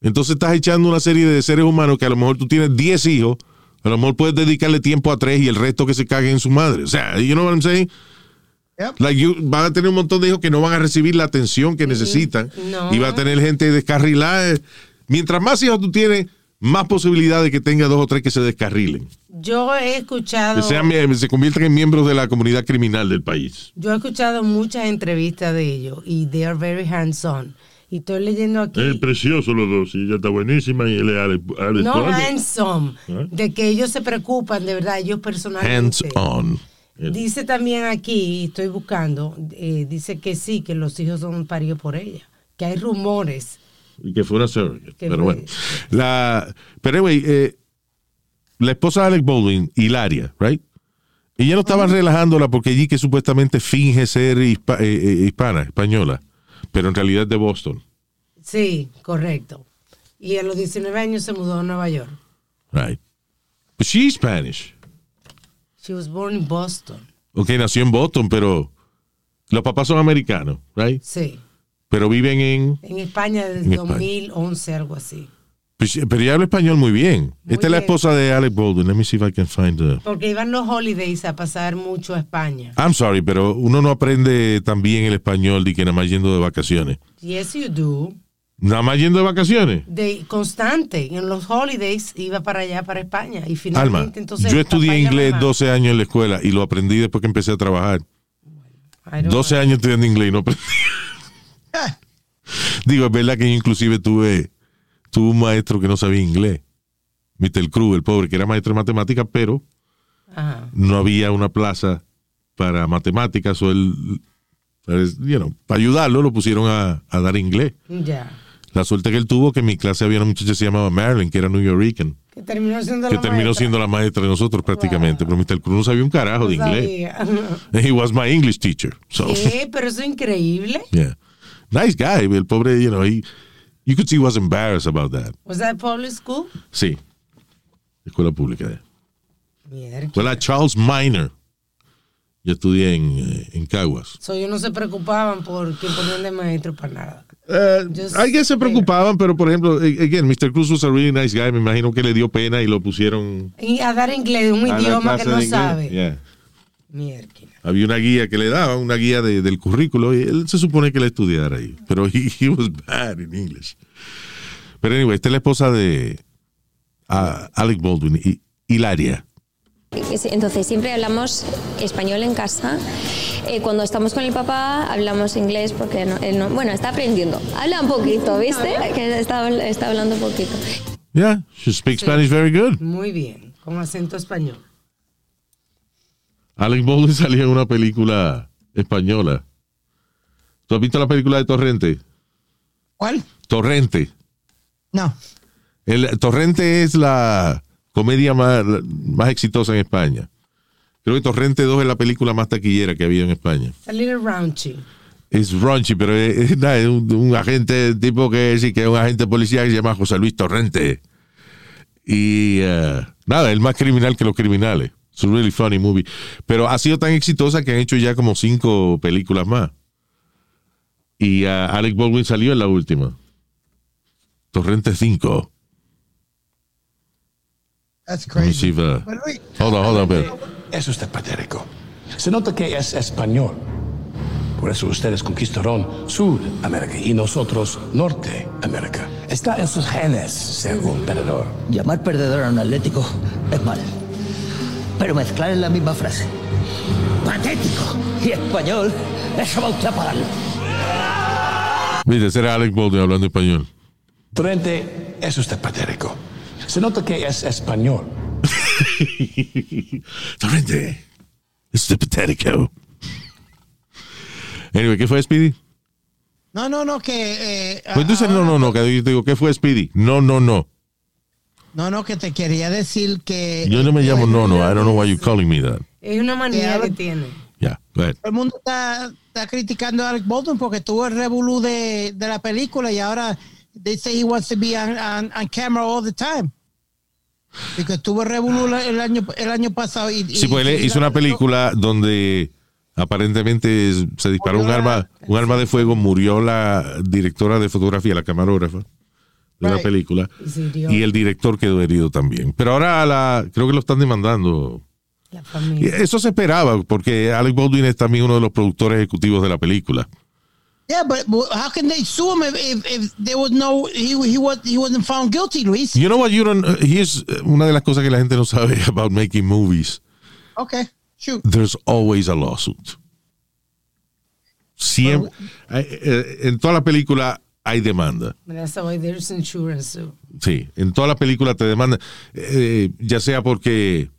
Entonces estás echando una serie de seres humanos que a lo mejor tú tienes 10 hijos, a lo mejor puedes dedicarle tiempo a tres y el resto que se cague en su madre. O sea, you know what I'm saying?
Yep.
Like you- van a tener un montón de hijos que no van a recibir la atención que necesitan
Mm, no.
y va a tener gente descarrilada. Mientras más hijos tú tienes, más posibilidades de que tenga dos o tres que se descarrilen,
Yo he escuchado.
que sean, eh, se conviertan en miembros de la comunidad criminal del país.
Yo he escuchado muchas entrevistas de ellos y they are very hands on. Y estoy leyendo aquí.
Es precioso los dos, y ella está buenísima y él es Alex, Alex
no
Baldwin.
hands on.
¿Eh?
De que ellos se preocupan, de verdad, ellos personalmente.
Hands on.
Dice también aquí, estoy buscando, eh, dice que sí, que los hijos son paridos por ella. Que hay rumores.
Y que fue una surrogate.
Que
Pero
fue-
bueno. La, pero anyway, eh, la esposa de Alec Baldwin, Hilaria, right? Ella no estaba relajándola porque allí que supuestamente finge ser hispa- eh, eh, hispana, española, pero en realidad es de Boston.
Sí, correcto. Y a los 19 años se mudó a Nueva York.
Right. But she's Spanish.
She was born in Boston.
Ok, nació en Boston, pero los papás son americanos, right?
Sí.
Pero viven en...
En España
En
desde
España.
2011, algo así.
pues, Pero ella habla español muy bien.
Muy
Esta es la
bien.
esposa de Alec Baldwin. Let me see if I can find her.
Porque iban los holidays a pasar mucho a España.
I'm sorry, pero uno no aprende tan bien el español de que nada más yendo de vacaciones.
Yes, you do.
Nada más yendo de vacaciones.
De constante. En los holidays iba para allá, para España. Y finalmente,
Alma,
entonces.
yo estudié
papá y la
inglés
mamá-
12 años en la escuela y lo aprendí después que empecé a trabajar.
I don't
12 años estudiando inglés y no aprendí.
Ah,
Digo, es verdad que yo inclusive tuve, tuve un maestro que no sabía inglés. Mr. Cruz, el pobre, que era maestro de matemáticas, pero
know. Ajá.
no había una plaza para matemáticas o él, ¿sabes? you know, para ayudarlo lo pusieron a, a dar inglés.
Ya.
La suerte que él tuvo que en mi clase había una muchacha que se llamaba Marilyn, que era New Yorkican,
Que terminó siendo
que
la
terminó
maestra.
siendo la maestra de nosotros prácticamente, pero Mr. Cruz no sabía un carajo
No
de inglés.
sabía.
He was my English teacher. So.
¿Qué? Pero eso es increíble.
Yeah. Nice guy. El pobre, you know, he, you could see he was embarrassed about that.
Was that public school?
Sí. Escuela pública.
Mierda.
Escuela Charles Minor. Yo estudié en, eh, en Caguas.
So, ellos no se preocupaban por quién ponían de maestro para nada. Just-
Hay que Eh, se preocupaban, pero por ejemplo, a- again, Mr. Cruz was a really nice guy. Me imagino que le dio pena y lo pusieron
Y a dar inglés, un
a la
idioma que
clase
no
de inglés.
sabe.
Yeah.
Mierda.
Había una guía que le daba, una guía de- del currículo, y él se supone que la estudiara ahí. Pero he, he was bad in English. Pero anyway, esta es la esposa de ah, Alec Baldwin, y, Hilaria.
Es- Entonces siempre hablamos español en casa. Eh, cuando estamos con el papá hablamos inglés porque no- él no- bueno está aprendiendo. Habla un poquito, ¿viste? Que está, está hablando un poquito.
Yeah, she speaks Spanish very good.
Muy bien, con acento español.
Alec Baldwin salía en una película española. ¿Tú has visto la película de Torrente?
¿Cuál?
Torrente.
No.
El, Torrente es la comedia más, la- más exitosa en España. Creo que Torrente 2 es la película más taquillera que ha habido en España.
It's A little raunchy.
Es raunchy, pero es, es nada, es un, un agente, tipo que sí, que es un agente policía que se llama José Luis Torrente. Y eh, nada, es más criminal que los criminales. Es un really funny movie. Pero ha sido tan exitosa que han hecho ya como cinco películas más. Y eh, Alec Baldwin salió en la última. Torrente 5.
That's
Let me see
crazy.
if, uh,
Bueno, Luis,
Hold on, hold on, pero.
Es usted patético. Se nota que es español. Por eso ustedes conquistaron Sudamérica y nosotros Norteamérica. Está en sus genes ser un perdedor.
Llamar perdedor a un atlético es mal. Pero mezclar en la misma frase. Patético y español, eso va usted a pagarlo.
Mire, ese era Alec Baldwin hablando español.
Torrente, es usted patético. Se nota que es español.
Torrente. Es de patético. Anyway, ¿qué fue, Speedy?
No, no, no, que. eh,
Pues tú dices,
ahora-
no, no, no, que yo te digo, ¿qué fue Speedy? No, no, no.
No, no, que te quería decir que. este,
Yo no me
que
llamo
hoy
no, no. I don't know why you're calling me that.
Es una manía
ahora-
que tiene.
Yeah, go ahead.
Todo el mundo está, está criticando a Alec Baldwin porque tuvo el revolú de, de la película y ahora they say he wants to be on, on, on camera all the time. Porque tuvo el revolú la- el año, el año pasado. Y,
Sí,
y-
pues él hizo una película donde aparentemente es- se disparó un
Murió la-
arma, un arma de fuego, murió la directora de fotografía, la camarógrafa de la
Right.
película,
Y se hirió
y el director quedó herido también. Pero ahora la, creo que lo están demandando.
la
Y
familia.
Eso se esperaba, porque Alec Baldwin es también uno de los productores ejecutivos de la película.
Yeah, but how can they sue him if, if, if there was no he, he was he wasn't found guilty, Luis?
You know what you don't, here's una de las cosas que la gente no sabe about making movies.
Okay, shoot.
there's always a lawsuit. Siempre, hay- eh, en toda la película hay demanda.
That's why there's insurance. too.
Sí, en toda la película te demandan, eh, ya sea porque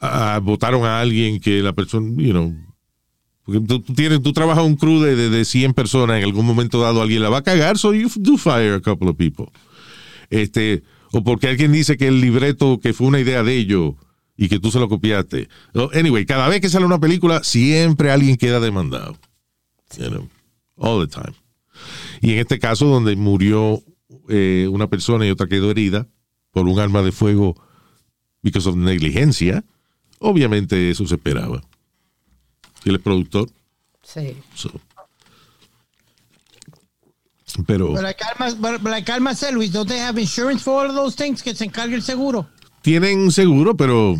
ah, votaron a alguien que la persona, you know, porque tú, tú tienes, tú trabajas un crew de, de, de 100 personas, en algún momento dado alguien la va a cagar, so you do fire a couple of people. Este, o porque alguien dice que el libreto, que fue una idea de ellos y que tú se lo copiaste. No, Anyway, cada vez que sale una película, siempre alguien queda demandado. You know, all the time. Y en este caso, donde murió eh, una persona y otra quedó herida por un arma de fuego because of negligencia, obviamente eso se esperaba. Y él es productor.
Sí.
so. Pero
But like Alma, but, but like Alma said, Luis, don't they have insurance for all of those things que se encargue el seguro?
tienen seguro, pero.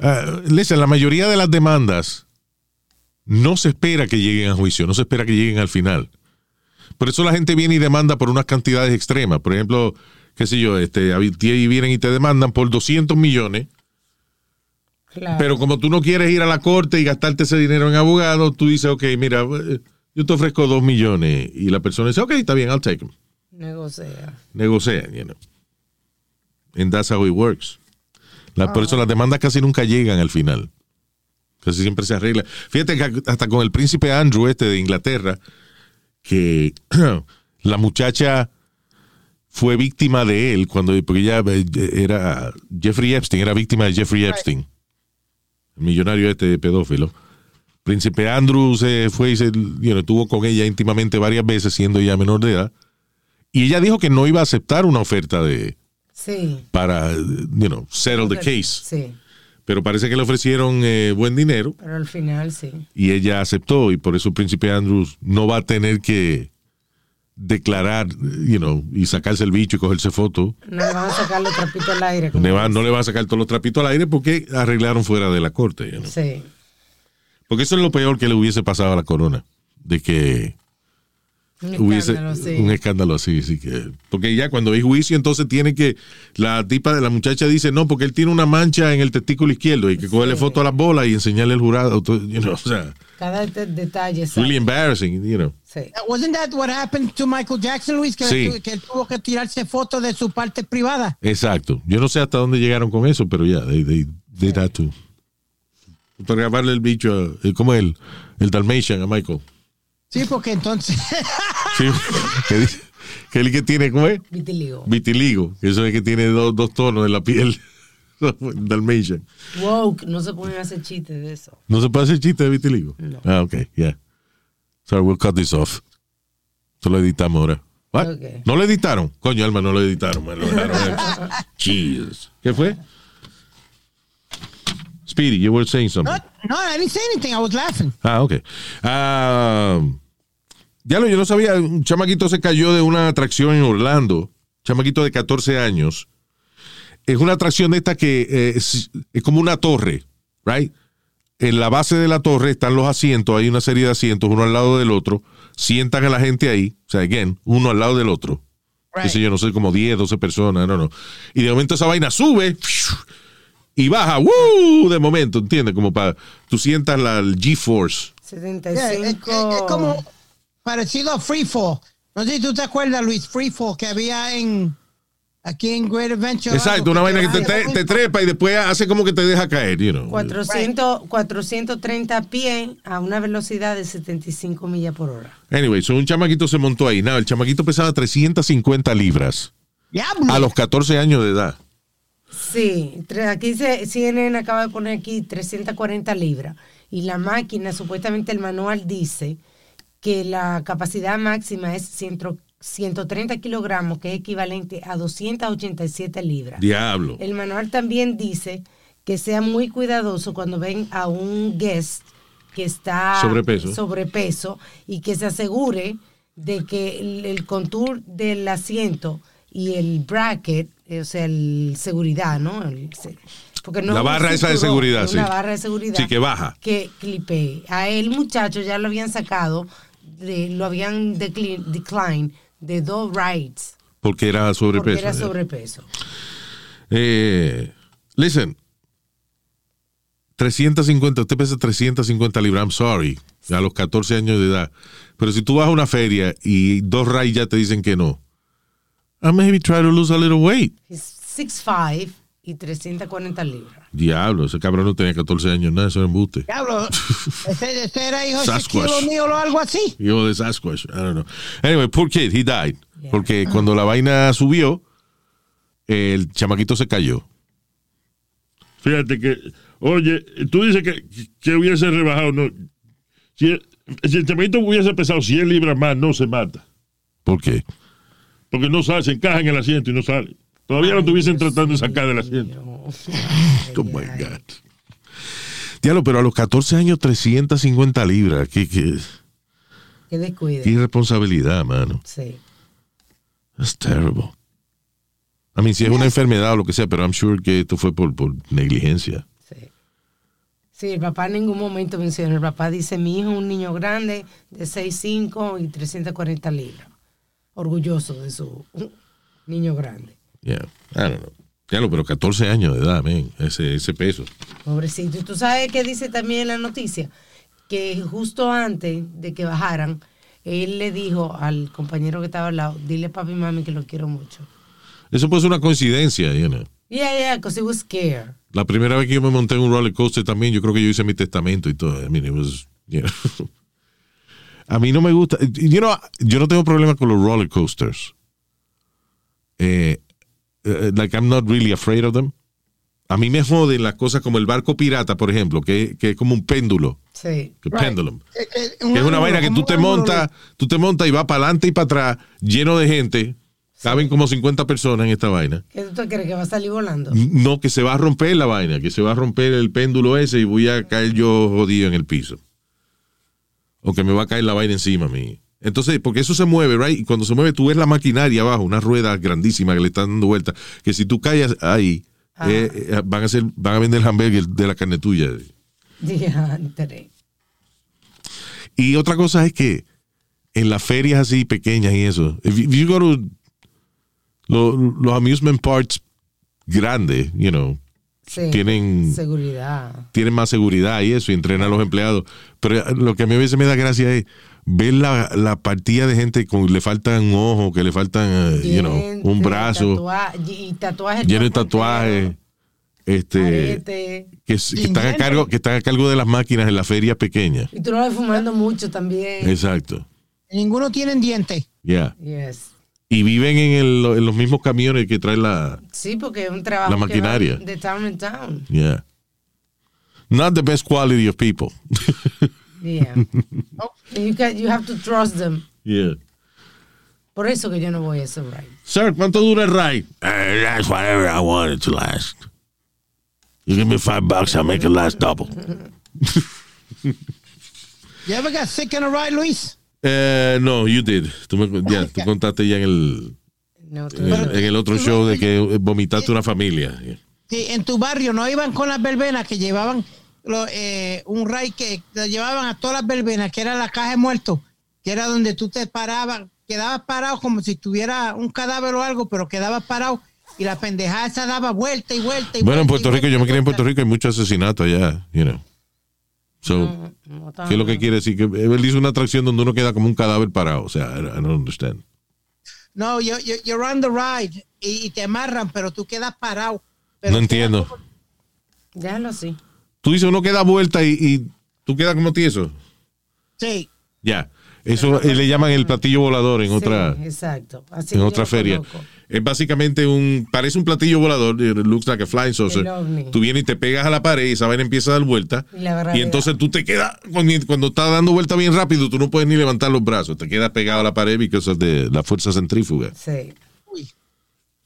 ah, listen, la mayoría de las demandas no se espera que lleguen a juicio, no se espera que lleguen al final. Por eso la gente viene y demanda por unas cantidades extremas. Por ejemplo, qué sé yo, este, a ti ahí vienen y te demandan por 200 millones,
Claro.
pero como tú no quieres ir a la corte y gastarte ese dinero en abogados, tú dices, ok, mira, eh, yo te ofrezco 2 millones. Y la persona dice, ok, está bien, I'll take them.
Negocia.
negocian, you know. And that's how it works. La- Por eso las demandas casi nunca llegan al final. Casi siempre se arregla. Fíjate que hasta con el príncipe Andrew este de Inglaterra, que la muchacha fue víctima de él cuando porque ella eh, era Jeffrey Epstein, era víctima de Jeffrey Epstein, el millonario este pedófilo. Príncipe Andrew se fue y se, you know, estuvo con ella íntimamente varias veces siendo ella menor de edad. Y ella dijo que no iba a aceptar una oferta de
Sí.
para, you know, settle the case.
Sí.
Pero parece que le ofrecieron eh, buen dinero
Pero al final sí.
y ella aceptó y por eso Príncipe Andrews no va a tener que declarar, you know, y sacarse el bicho y cogerse foto.
No le van a sacar los trapitos al aire. como
Le va- no le va a sacar todos los trapitos al aire porque arreglaron fuera de la corte. you know.
Sí.
Porque eso es lo peor que le hubiese pasado a la corona. De que
Un
hubiese
escándalo, sí.
un escándalo así, sí que porque ya cuando hay juicio entonces tiene que la tipa de la muchacha dice no porque él tiene una mancha en el testículo izquierdo y que cogerle foto a las bolas y enseñarle al jurado, tú- you know, o sea,
Cada de- detalle.
it's
sí.
really embarrassing, you know.
Sí.
Uh, Wasn't that what happened to Michael Jackson, Luis? Que,
Sí.
que él tuvo que tirarse fotos de su parte privada.
Exacto. Yo no sé hasta dónde llegaron con eso, pero ya, they, they did that too. Para grabarle el bicho, a, eh, ¿cómo es? El, el Dalmatian a Michael.
Sí, porque entonces...
Sí, que dice- que el que tiene, ¿cómo es?
Vitiligo.
Vitiligo. que Eso es que tiene dos, dos tonos de la piel. Dalmatian.
Woke. No se ponen a hacer chistes de eso.
¿No se puede hacer chiste de vitiligo?
No.
Ah, ok, yeah. Sorry, we'll cut this off. Esto lo editamos ahora. What?
Ok.
¿No lo editaron? Coño, Alma, no lo editaron. me lo dejaron ahí. Jesus. ¿Qué fue? Speedy, you were saying something.
no, no, I didn't say anything. I was laughing.
Ah, ok. Ah, ya lo, yo no sabía. Un chamaquito se cayó de una atracción en Orlando. Chamaquito de 14 años. Es una atracción de esta que eh, es, es como una torre, ¿right? En la base de la torre están los asientos, hay una serie de asientos, uno al lado del otro. Sientan a la gente ahí, o sea, again, uno al lado del otro. Qué sé yo, no sé, como 10, 12 personas, no, no. Y de momento esa vaina sube y baja, ¡woo! De momento, ¿entiendes? Como para, tú sientas la el G-Force.
Yeah, es, es-
75.
es como parecido a Free Fall. No sé si tú te acuerdas, Luis, Free Fall, que había en... Aquí en Great Adventure.
Exacto, una vaina que te,
trae
te- te trepa y después hace como que te deja caer, you know.
400, 430 pies a una velocidad de 75 millas por hora.
Anyway, so un chamaquito se montó ahí. Nada, el chamaquito pesaba 350 libras a los 14 años de edad.
Sí, tre- aquí se, CNN acaba de poner aquí 340 libras. Y la máquina, supuestamente el manual dice que la capacidad máxima es 100 130 kilogramos, que es equivalente a 287 libras.
Diablo.
El manual también dice que sea muy cuidadoso cuando ven a un guest que está
Sobrepeso.
sobrepeso y que se asegure de que el, el contour del asiento y el bracket, eh, o sea, el seguridad, ¿no? El- se- porque
La
es un
barra esa de
cinturón,
seguridad,
es una
sí.
barra de seguridad.
Sí, que baja.
Que clipee. A él, muchacho, ya lo habían sacado, de- lo habían decli- decline de dos rides
Porque era sobrepeso.
porque era sobrepeso.
Eh, listen. 350, usted pesa 350 libras, I'm sorry, a los 14 años de edad. Pero si tú vas a una feria y dos rides ya te dicen que no, I maybe try to lose a little weight.
He's 6'5 y 340 libras.
Diablo, ese cabrón no tenía 14 años, nada, eso era embuste.
Diablo, ese, ese era hijo de
Sasquatch.
Shaquille O'Neal o algo así.
Hijo de Sasquatch, I don't know. Anyway, poor kid, he died. Porque cuando la vaina subió, el chamaquito se cayó.
Fíjate que, oye, tú dices que, que hubiese rebajado, no. Si Si el chamito hubiese pesado 100 libras más, no se mata.
¿Por qué?
Porque no sale, se encaja en el asiento y no sale. Todavía lo estuviesen tratando de sacar del asiento.
Oh my God. Diablo, pero a los 14 años, 350 libras. Qué, qué,
Que descuide.
qué irresponsabilidad, mano.
Sí.
That's terrible. A mí, si es una enfermedad o lo que sea, pero I'm sure que esto fue por, por negligencia.
Sí. Sí, el papá en ningún momento menciona. El papá dice, mi hijo es un niño grande de 6'5 y 340 libras. Orgulloso de su niño grande.
Yeah. I don't know. Diablo, pero 14 años de edad, man. Ese, ese peso.
Pobrecito. Y tú sabes qué dice también en la noticia, que justo antes de que bajaran, él le dijo al compañero que estaba al lado, dile papi y mami que lo quiero mucho.
Eso puede ser una coincidencia, you know.
Yeah, yeah, because he was scared.
La primera vez que yo me monté en un roller coaster también, yo creo que yo hice mi testamento y todo. I mean, it was, you know. A mí no me gusta. You know, yo no tengo problema con los roller coasters. Eh, eh, like, I'm not really afraid of them. A mí me joden las cosas como el barco pirata, por ejemplo, que, que es como un péndulo.
Sí.
que pendulum. Que es una vaina que tú te montas, tú te montas y va para adelante y para atrás, lleno de gente. Caben como 50 personas en esta vaina.
¿Qué tú te crees que va a salir volando?
No, que se va a romper la vaina, que se va a romper el péndulo ese y voy a caer yo jodido en el piso. O que me va a caer la vaina encima a mí. Entonces, porque eso se mueve, right? Y cuando se mueve, tú ves la maquinaria abajo, una rueda grandísima que le están dando vuelta. Que si tú callas ahí, eh, eh, van, a hacer, van a vender el hamburger de la carne tuya.
Diantre.
Y otra cosa es que en las ferias así pequeñas y eso, if you, if you go to lo- los amusement parks grandes, you know,
Sí.
tienen,
Seguridad.
tienen más seguridad y eso, y entrenan a los empleados. Pero lo que a mí a veces me da gracia es ver la, la partida de gente con le faltan un ojo, que le faltan, eh, you know, un
Dientes,
brazo,
tatua- y tatuajes.
lleno de tatuajes, este,
arete.
que, s- que están a cargo, que están a cargo de las máquinas en las ferias pequeñas.
Y tú lo ves fumando mucho también.
Exacto.
Ninguno tiene dientes.
Yeah.
Yes.
Y viven en, el- en los mismos camiones que traen la.
Sí, porque es un trabajo
La
que va
maquinaria.
de town en town.
Yeah. Not the best quality of people.
Yeah. Oh, And you, can- you have to trust them.
yeah.
Por eso que yo no voy a ese ride.
Sir, ¿cuánto dura el ride? Uh, that's whatever I want it to last. You give me five bucks, I'll make it last double.
You ever got sick in a ride, Luis?
Eh, no, you did. Tú, me, ya, tú contaste ya en el,
No, tú-
en, el- en el otro show de que vomitaste una familia.
Sí, en tu barrio no iban con las verbenas que llevaban lo- eh, un ray que lo llevaban a todas las verbenas, que era la caja de muertos, que era donde tú te parabas, quedabas parado como si tuviera un cadáver o algo, pero quedabas parado y la pendejada esa daba vuelta y vuelta. Y
Bueno, en Puerto Rico,
vuelta y vuelta
yo
y
me crié en
vuelta.
Puerto Rico, hay mucho asesinato allá, you know. So,
no,
¿Qué es lo que quiere decir? Que él hizo una atracción donde uno queda como un cadáver parado. O sea, I don't I don't understand.
No, you- you- you're on the ride y, y te amarran, pero tú quedas parado. Pero
No entiendo.
Déjalo así.
Tú dices uno que da vuelta y, y tú quedas como tieso.
Sí,
Ya. Eso eh, le llaman el platillo volador en otra,
Sí, exacto. Así
en
yo
otra
lo
feria.
conozco.
Es básicamente un. Parece un platillo volador. it looks like a flying saucer.
El ovni.
Tú vienes y te pegas a la pared y esa vaina empieza a dar vuelta.
Y la gravedad.
Y entonces tú te quedas. Cuando, cuando está dando vuelta bien rápido, tú no puedes ni levantar los brazos. Te quedas pegado a la pared because of the- la fuerza centrífuga.
Sí.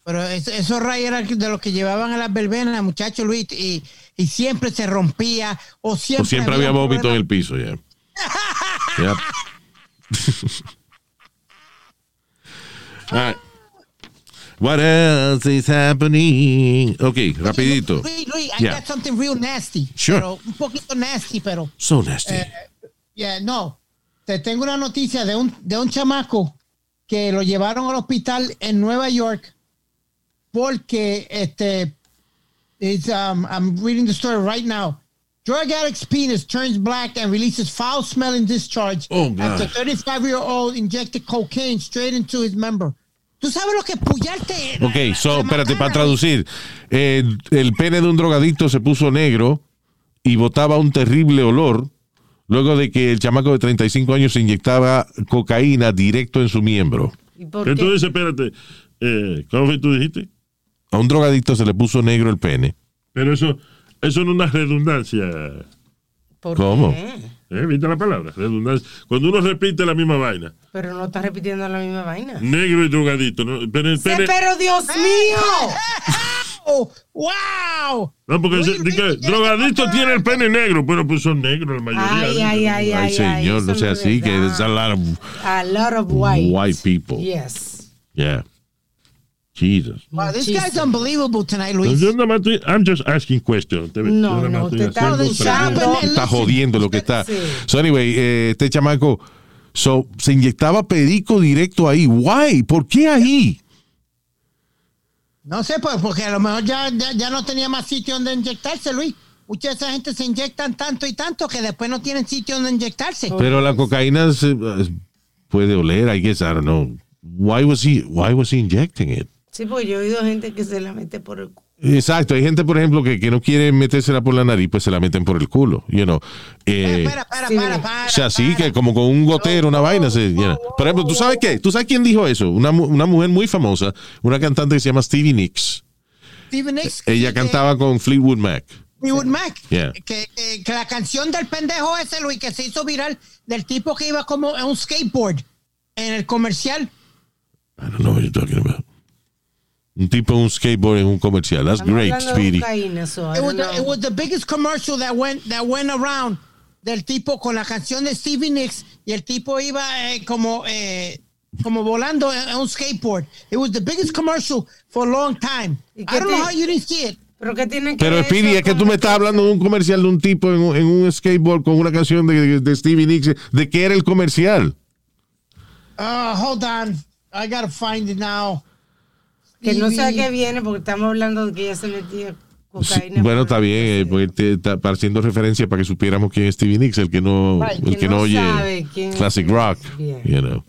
pero es- esos rayos eran de los que llevaban a las verbenas, muchacho Luis, y, y siempre se rompía o siempre,
O siempre había vómito en
problemas.
el piso, ya. Ya. All right. What else is happening? Ok, rapidito.
Luis, Luis, I
Yeah.
got something real nasty.
Sure.
Pero un poquito nasty, pero.
So nasty.
Yeah, no. Te tengo una noticia de un, de un chamaco que lo llevaron al hospital en Nueva York porque este. It's, um, I'm reading the story right now. Drug addict's penis turns black and releases foul smelling discharge
Oh, God.
after 35 year old injected cocaine straight into his member. ¿Tú sabes lo que es pullarte? la-
Ok,
la-
so,
la
espérate, para
macana?
traducir. Eh, el pene de un drogadicto se puso negro y botaba un terrible olor luego de que el chamaco de 35 años se inyectaba cocaína directo en su miembro.
¿Y por qué?
Entonces, espérate, eh, ¿cómo fue que tú dijiste?
A un drogadicto se le puso negro el pene.
Pero eso, eso no es una redundancia.
¿Por
¿Cómo?
qué?
¿Eh? ¿Viste la palabra? Redundancia. Cuando uno repite la misma vaina.
Pero no está repitiendo la misma vaina.
Negro y drogadito. ¿no? Pero,
Sí,
pero-
pero Dios mío.
¡Wow! Oh, ¡Wow!
no, porque se- di que drogadito tiene el pene negro, pero pues son negros la mayoría.
Ay, ay, ay, ay.
Ay, señor,
eso
no sea
es
así, que
verdad.
there's a lot of
A lot of white.
white people.
Yes.
Yeah. Jesus.
Wow, this
Muchísimo.
guy's unbelievable tonight,
Pues
Luis.
Yo nada más estoy- I'm just asking questions. Te-
No,
yo nada más
no,
estoy
te está
haciendo
hinchando.
preguntas.
Está jodiendo lo que está.
Sí.
So, anyway, eh, este chamaco so, se inyectaba perico directo ahí. Why? ¿Por qué ahí?
No sé, pues, porque a lo mejor ya, ya, ya no tenía más sitio donde inyectarse, Luis. Mucha de esa gente se inyectan tanto y tanto que después no tienen sitio donde inyectarse.
Pero la cocaína se- puede oler, I guess, I don't know. Why was he, why was he injecting it?
Sí, porque yo he oído gente que se la mete por el culo.
Exacto, hay gente, por ejemplo, que, que no quiere metérsela por la nariz, pues se la meten por el culo, you know. Eh,
espera, espera,
Sí.
para, para.
o sea, sí,
para.
que como con un gotero, una vaina. Se, you know. Por ejemplo, ¿tú sabes qué? ¿Tú sabes quién dijo eso? Una, mu- una mujer muy famosa, una cantante que se llama Stevie Nicks.
Stevie Nicks,
e-, Ella
que-
cantaba con Fleetwood Mac.
Fleetwood Mac.
Yeah.
eh, Que, que- que la canción del pendejo ese, Luis, que se hizo viral, del tipo que iba como en un skateboard en el comercial.
I don't know what you're talking about. Un tipo en un skateboard en un comercial. That's
Estamos
great,
hablando de
Speedy.
cocaína, so I
It
don't
was, the, it
know.
was the biggest commercial that went, that went around del tipo con la canción de Stevie Nicks y el tipo iba eh, como, eh, como volando en, en un skateboard. It was the biggest commercial for a long time.
¿Y qué
I don't know
te-
how you didn't see it.
Pero que tiene que
Pero
ver
Speedy,
eso
es que
con
tú
la
me estás hablando de un comercial de un tipo en un, en un skateboard con una canción de, de- de Stevie Nicks. ¿De qué era el comercial?
Uh, hold on. I gotta find it now.
Que no sé a
Stevie-
qué viene porque estamos hablando de que ella se metía cocaína.
Sí, bueno,
por-
está bien, eh, porque te- está haciendo referencia para que supiéramos quién es Stevie Nicks, el que no,
Right,
el
que
que no,
no
oye
sabe quién
classic
es.
rock.
Bien.
you know.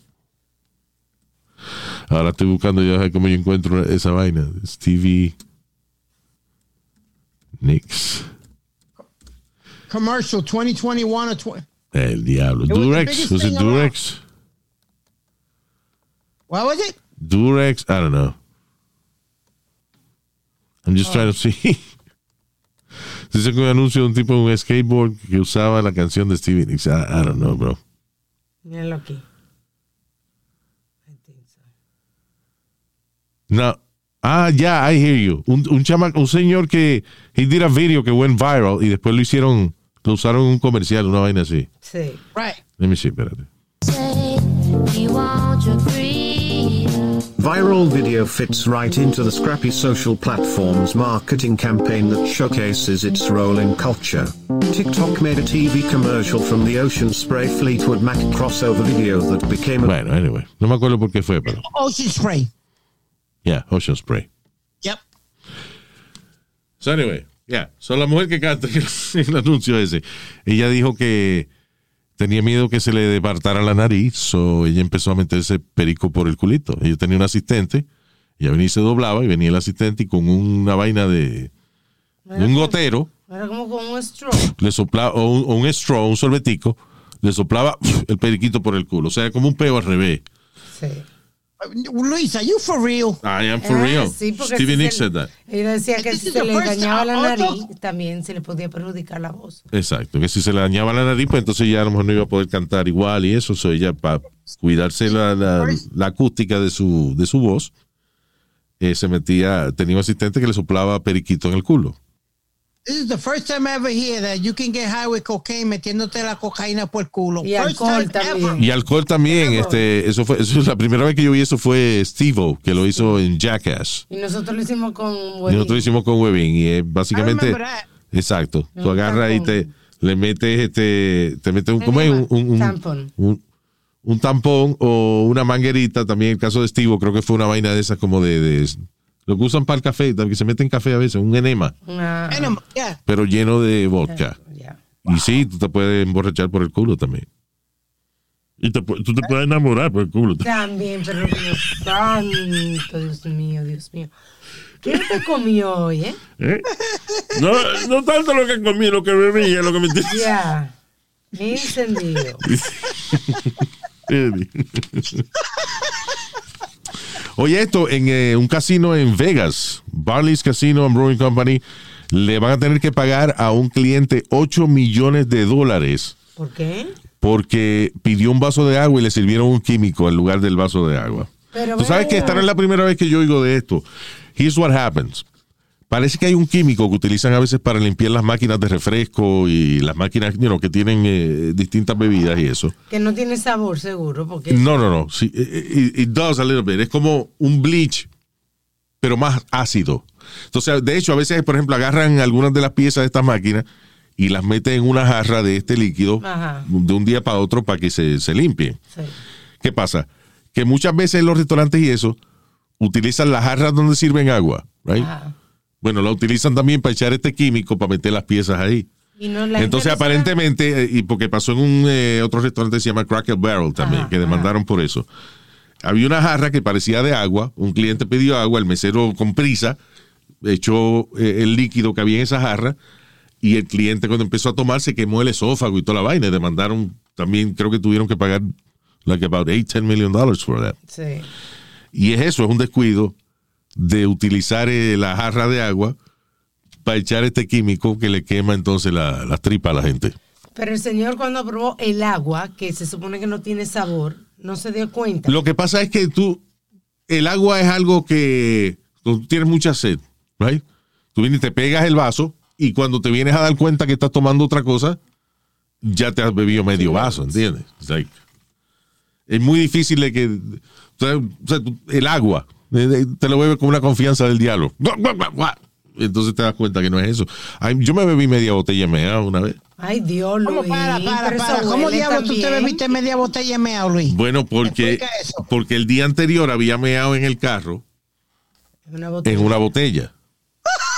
Ahora estoy buscando ya a ver cómo yo encuentro esa vaina. Stevie Nicks.
Commercial 2021 or 20.
El diablo.
It was the
Durex.
biggest
Was it
thing around.
Durex?
What was it?
Durex. I don't know. I'm just trying to see. Dice que un anuncio de un tipo en un skateboard que usaba la canción de Stevie Nicks. I, I don't know, bro.
Míralo aquí. I think so.
No. Ah, ya, I hear you. Un, un chama- un señor que he did a video que went viral y después lo hicieron, lo usaron en un comercial, una vaina así.
Sí.
Right.
Let me see, espérate.
Viral video fits right into the scrappy social platform's marketing campaign that showcases its role in culture. TikTok made a TV commercial from the Ocean Spray Fleetwood Mac crossover video that became a
Bueno, anyway, no me acuerdo por qué fue, pero
Ocean Spray.
yeah, Ocean Spray.
Yep.
So anyway, yeah, so la mujer que canta que el anuncio ese, ella dijo que tenía miedo que se le departara la nariz, so ella empezó a meterse perico por el culito. Ella tenía un asistente, ella venía y se doblaba y venía el asistente y con una vaina de, de un gotero.
Era como con un stroke.
le soplaba, o un, o un straw, un sorbetico, le soplaba el periquito por el culo. O sea, como un peo al revés.
Sí.
Uh, Luis, are you for real?
I am for
Ah,
real.
sí, porque
Stevie
si
Nicks
se-
said that.
Ella decía que
This
si
is
se
Este the
le
first
dañaba la
auto-
nariz, también se le podía perjudicar la voz.
Exacto, que si se le dañaba la nariz, pues entonces ya a lo mejor no iba a poder cantar igual y eso. So ella, para cuidarse la, la- la acústica de su, de su voz, eh, se metía, tenía un asistente que le soplaba periquito en el culo.
This is the first time I ever hear that you can get high with cocaine metiéndote la cocaína por el culo.
Y
first
alcohol
time ever.
también.
Y alcohol también, este, eso fue, eso es la primera vez que yo vi eso fue Steve-O, que lo hizo en Jackass.
Y nosotros lo hicimos con
Y
huevín.
nosotros hicimos con Webin y es
I
básicamente
remember that.
exacto tú
Un
agarras y te
tampón.
le metes este te metes un
Se
¿cómo es?
llama
un, un- un-
tampón.
un- un tampón o una manguerita también el caso de Estivo creo que fue una vaina de esas como de, de- lo que usan para el café que se meten café a veces un enema
Una-
Enema, yeah.
pero lleno de vodka
Ya.
y sí tú te puedes emborrachar por el culo también
Y te pu-
Eh.
tú te puedes enamorar por el culo.
También, pero Dios santo, Dios mío, Dios mío. ¿Qué te comió hoy, eh?
¿eh? No, no tanto lo que comí, lo que bebí, es lo que me
Ya. Me encendido.
Oye, esto en eh, un casino en Vegas, Barley's Casino and Brewing Company, le van a tener que pagar a un cliente 8 millones de dólares
¿Por qué?
porque pidió un vaso de agua y le sirvieron un químico en lugar del vaso de agua.
Pero
Tú sabes
ven
que esta no es la primera vez que yo oigo de esto. Here's what happens. Parece que hay un químico que utilizan a veces para limpiar las máquinas de refresco y las máquinas you know, que tienen eh, distintas bebidas y eso.
Que no tiene sabor, seguro. Porque
No, no, no. Sí, eh, it, it does a little bit. Es como un bleach, pero más ácido. Entonces, de hecho, a veces, por ejemplo, agarran algunas de las piezas de estas máquinas y las meten en una jarra de este líquido
Ajá.
de un día para otro para que se, se limpien.
sí.
¿Qué pasa? Que muchas veces en los restaurantes y eso utilizan las jarras donde sirven agua, right?
Ajá.
Bueno, la utilizan también para echar este químico para meter las piezas ahí.
Y no
Entonces,
la gente no sabe-
aparentemente, eh, y porque pasó en un eh, otro restaurante que se llama Cracker Barrel también,
Ajá,
que demandaron por eso. Había una jarra que parecía de agua, un cliente pidió agua, el mesero con prisa echó eh, el líquido que había en esa jarra y el cliente cuando empezó a tomar se quemó el esófago y toda la vaina. y Demandaron también, creo que tuvieron que pagar like about 8, 10 million dollars for that.
Sí.
Y es eso, es un descuido de utilizar eh, la jarra de agua para echar este químico que le quema entonces la- las tripas a la gente.
Pero el señor cuando probó el agua, que se supone que no tiene sabor, no se dio cuenta.
Lo que pasa es que tú, el agua es algo que tú tienes mucha sed, ¿right? Tú vienes y te pegas el vaso y cuando te vienes a dar cuenta que estás tomando otra cosa, ya te has bebido medio vaso, ¿entiendes? It's like- es muy difícil de que... o sea, o sea, tú- el agua, de- de- te lo bebes con una confianza del diablo. Entonces te das cuenta que no es eso. Ay, Yo me bebí media botella mea una vez.
Ay, Dios, Luis.
¿Cómo para, para,
pero eso
para? ¿Cómo
huele
diablos tú te
también.
bebiste media botella de meao, Luis?
Bueno, porque,
Explica eso.
porque el día anterior había meado en el carro.
Una botella.
en una botella.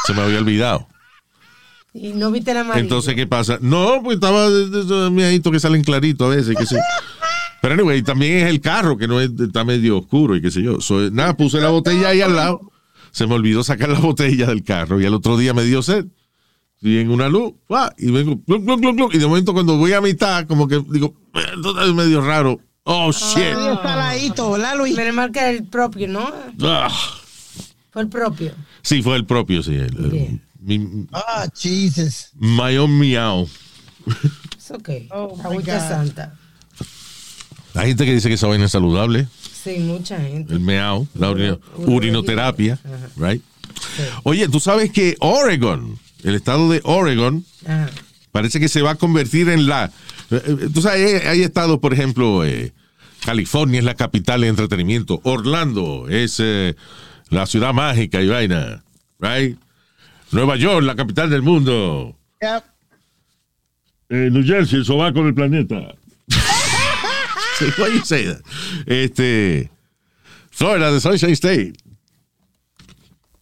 Se me había olvidado.
Y no viste la amarilla.
Entonces, ¿qué pasa? No, pues estaba de- de- de- miadito que salen clarito a veces, qué sé yo. Pero anyway, también es el carro que no es- está medio oscuro y qué sé yo. So, nada, puse la botella ahí al lado. Se me olvidó sacar la botella del carro y al otro día me dio sed. Y en una luz, ¡guau! y vengo, gluc, gluc, gluc, gluc. y de momento cuando voy a mitad, como que digo, "Eh, es medio raro. Oh, shit.
Medio saladito, ¿verdad, Luis?
Menos mal que el propio, ¿no?
Ah.
Fue el propio.
Sí, fue el propio, sí. el- el-
Bien.
mi,
Ah, Jesus.
my own meow.
Es ok.
Oh, my
Agüita
God.
santa.
Hay gente que dice que esa vaina es saludable.
Sí, mucha gente.
el meao, la urino- urinoterapia,
Ajá.
right? Oye, tú sabes que Oregon, el estado de Oregon,
Ajá.
parece que se va a convertir en la. eh, eh, Tú sabes, hay, hay estados, por ejemplo, eh, California es la capital de entretenimiento, Orlando es eh, la ciudad mágica y vaina, right? Nueva York, la capital del mundo.
Yep.
Eh, New Jersey, el sobaco del planeta.
Sí, why you say that? Este, Florida, the Sunshine State.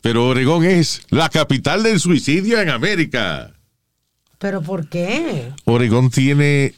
Pero Oregón es la capital del suicidio en América.
Pero ¿por qué?
Oregón tiene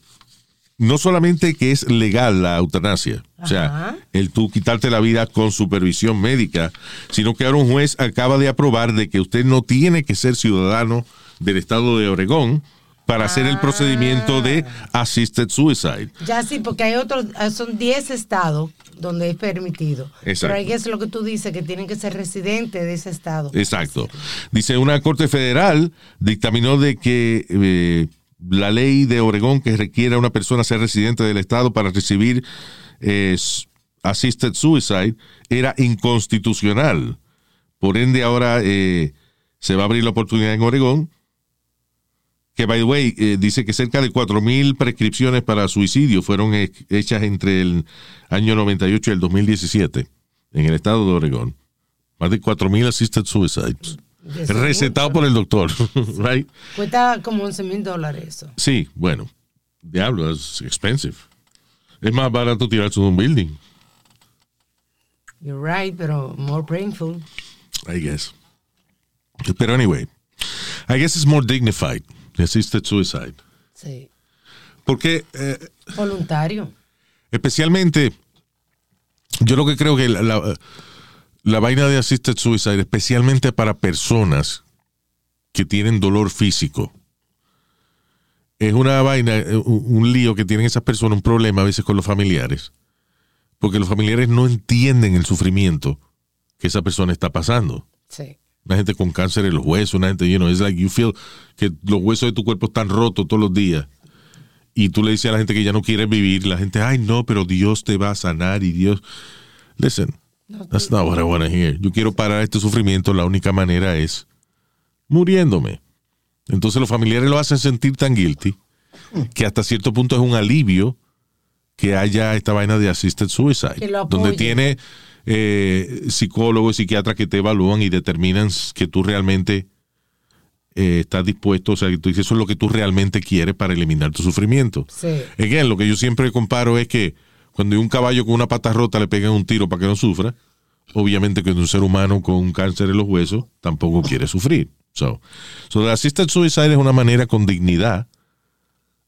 no solamente que es legal la eutanasia, o sea,
Ajá.
el tú quitarte la vida con supervisión médica, sino que ahora un juez acaba de aprobar de que usted no tiene que ser ciudadano del estado de Oregón para hacer el procedimiento de assisted suicide.
Ya sí, porque hay otros, ah, son 10 estados donde es permitido.
Exacto.
Pero ahí es lo que tú dices, que tienen que ser residentes de ese estado.
Exacto. Dice, una corte federal dictaminó de que eh, la ley de Oregón que requiere a una persona ser residente del estado para recibir eh, s- assisted suicide era inconstitucional. Por ende, ahora eh, se va a abrir la oportunidad en Oregón. Que, by the way, eh, dice que cerca de 4.000 prescripciones para suicidio fueron he- hechas entre el año 98 y el 2017 en el estado de Oregón. Más de 4.000 assisted suicides.
Y eso es
Recetado por el doctor. right?
mucho. Cuesta como 11 mil dólares eso.
Sí, bueno. Diablo, es expensive. Es más barato tirarse de un building,
You're right, pero more painful.
I guess. Pero anyway, I guess it's more dignified, the assisted suicide.
Sí.
Porque eh,
Voluntario.
especialmente, yo lo que creo que la, la- la vaina de assisted suicide, especialmente para personas que tienen dolor físico, es una vaina, eh, un un lío que tienen esas personas, un problema a veces con los familiares, porque los familiares no entienden el sufrimiento que esa persona está pasando.
Sí.
Una gente con cáncer en los huesos, una gente, you know, it's like you feel que los huesos de tu cuerpo están rotos todos los días y tú le dices a la gente que ya no quiere vivir, la gente, ay, no, pero Dios te va a sanar y Dios. Listen, that's not what I want to hear. Yo quiero parar este sufrimiento, la única manera es muriéndome. Entonces los familiares lo hacen sentir tan guilty que hasta cierto punto es un alivio que haya esta vaina de assisted
Que
suicide,
lo
donde
apoyen.
tiene eh, psicólogos y psiquiatras que te evalúan y determinan que tú realmente eh, estás dispuesto, o sea, que tú dices, eso es lo que tú realmente quieres para eliminar tu sufrimiento.
Sí.
Again, lo que yo siempre comparo es que cuando un caballo con una pata rota le pegan un tiro para que no sufra, obviamente que un ser humano con un cáncer en los huesos tampoco quiere sufrir. So, so the assisted suicide es una manera con dignidad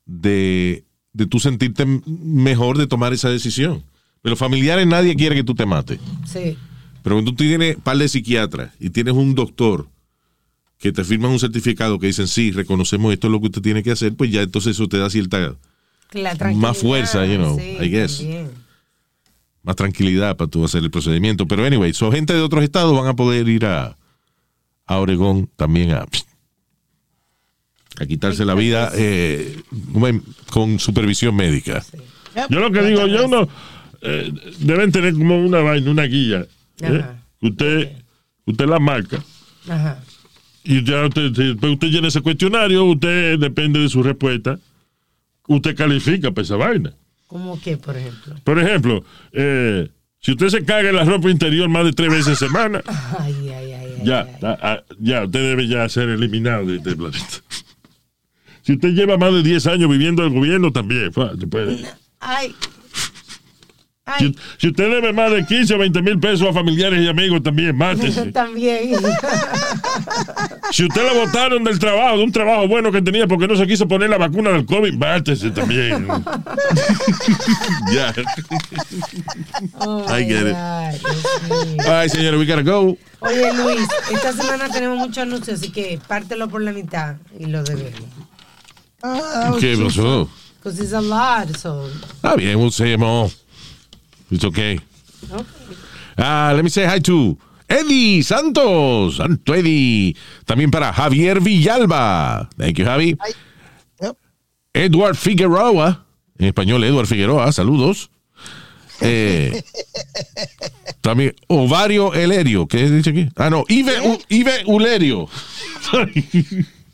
de, de tú sentirte m- mejor de tomar esa decisión. Pero los familiares nadie quiere que tú te mates.
Sí.
Pero cuando tú tienes un par de psiquiatras y tienes un doctor que te firman un certificado que dicen, sí, reconocemos esto es lo que usted tiene que hacer, pues ya entonces eso te da cierta
La tranquilidad,
Más fuerza, you know,
sí,
I guess.
también.
más tranquilidad para tú hacer el procedimiento. Pero anyway, so gente de otros estados van a poder ir a, a Oregón también a, a quitarse la vida eh, ¿cómo es? con supervisión médica.
Yo lo que digo, yo uno eh, deben tener como una vaina, una guía. ¿eh?
Ajá.
Que Usted, usted la marca.
Ajá.
Y ya usted, si después usted llena ese cuestionario, usted depende de su respuesta. Usted califica para esa vaina.
¿Cómo que, por ejemplo?
Por ejemplo, eh, si usted se caga en la ropa interior más de tres veces a semana,
Ay, ay, ay, ay.
ya, ah, ah, ya, usted debe ya ser eliminado de este planeta. Si usted lleva más de 10 años viviendo el gobierno, también. fa, se puede.
Ay.
Si,
Ay,
si usted debe más de 15 o 20 mil pesos a familiares y amigos, también
eso
mátese.
también.
Si usted la votaron del trabajo, de un trabajo bueno que tenía porque no se quiso poner la vacuna del COVID, mátese también. ya.
Ay,
get it.
ay, Dios mío.
All right, señores, we gotta go.
Oye, Luis, esta semana tenemos muchos anuncios, así que pártelo por la mitad y lo debemos.
Ah, oh,
¿Qué pasó?
Because it's a lot, so.
Está bien, we'll say them all. It's okay. Ah, let me say hi to Eddie Santos. Santo Eddie. También para Javier Villalba. Thank you, Javi.
Yep.
Edward Figueroa. En español, Edward Figueroa. Saludos. Eh, también Ovario Elerio. ¿Qué dice aquí? Ah, no. Ive, U- Ive Ulerio. Sorry.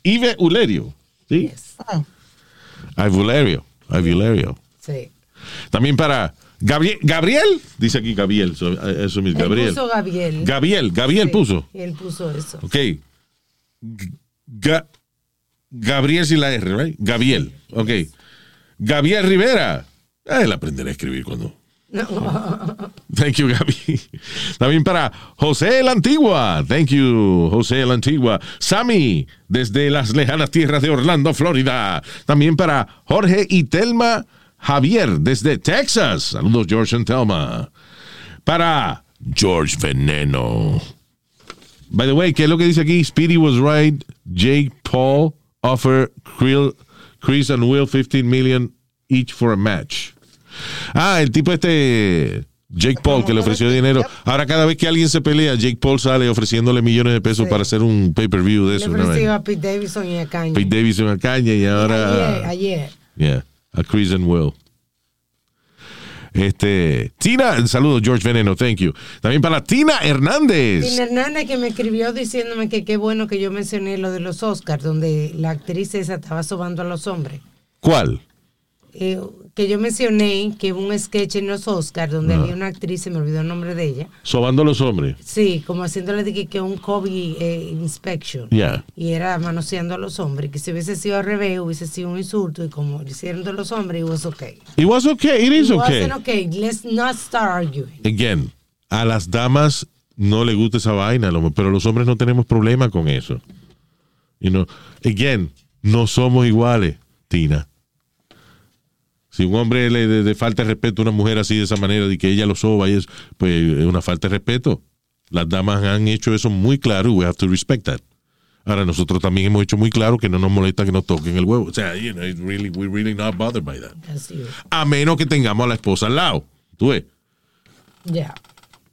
Ive Ulerio. ¿Sí?
Ah.
Ive Ulerio. Ive Ulerio.
Sí.
También para Gabriel, Gabriel, dice aquí Gabriel, so- eh, eso mismo,
Él
Gabriel.
puso Gabriel.
Gabriel, Gabriel
Sí,
puso.
Y él puso eso.
Ok. Ga- Gabriel sin la R, right? Gabriel, ok. Gabriel Rivera. Ah, Él aprenderá a escribir cuando. Thank you, Gaby. También para José la Antigua. Thank you, José la Antigua. Sammy, desde las lejanas tierras de Orlando, Florida. También para Jorge y Telma Javier, desde Texas. Saludos, George y Telma. Para George Veneno. By the way, ¿qué es lo que dice aquí? Speedy was right. Jake Paul offer Krill- Chris and Will 15 million each for a match. Ah, el tipo este, Jake Paul, que le ofreció dinero. Ahora cada vez que alguien se pelea, Jake Paul sale ofreciéndole millones de pesos para hacer un pay-per-view de
Le
eso. ¿no?
ofreció a Pete Davidson y a Kanye.
Pete Davidson a Caña y
Ayer,
ahora
ayer.
yeah, a Chris and Will. Este, Tina, saludos George Veneno, thank you. También para Tina Hernández.
Tina Hernández que me escribió diciéndome que qué bueno que yo mencioné lo de los Oscars, donde la actriz esa estaba sobando a los hombres.
¿Cuál?
Eh, que yo mencioné que hubo un sketch en los Oscars donde había una actriz, se me olvidó el nombre de ella,
Sobando a los hombres.
sí, como haciéndole de que, que un COVID eh, inspection.
Yeah.
Y era manoseando a los hombres, que si hubiese sido al revés, hubiese sido un insulto, y como lo hicieron de los hombres, it was okay.
It was okay. It is
It
okay.
wasn't okay. Let's not start arguing.
Again, a las damas no le gusta esa vaina, lo- pero los hombres no tenemos problema con eso. You know, again, no somos iguales, Tina. Si un hombre le, le- le falta el respeto a una mujer así de esa manera, de que ella lo soba y eso, pues es una falta de respeto. Las damas han hecho eso muy claro. We have to respect that. Ahora nosotros también hemos hecho muy claro que no nos molesta que nos toquen el huevo. O sea, you know, it really, we're really not bothered by that.
Así es.
a menos que tengamos a la esposa al lado. Tú ves.
Ya.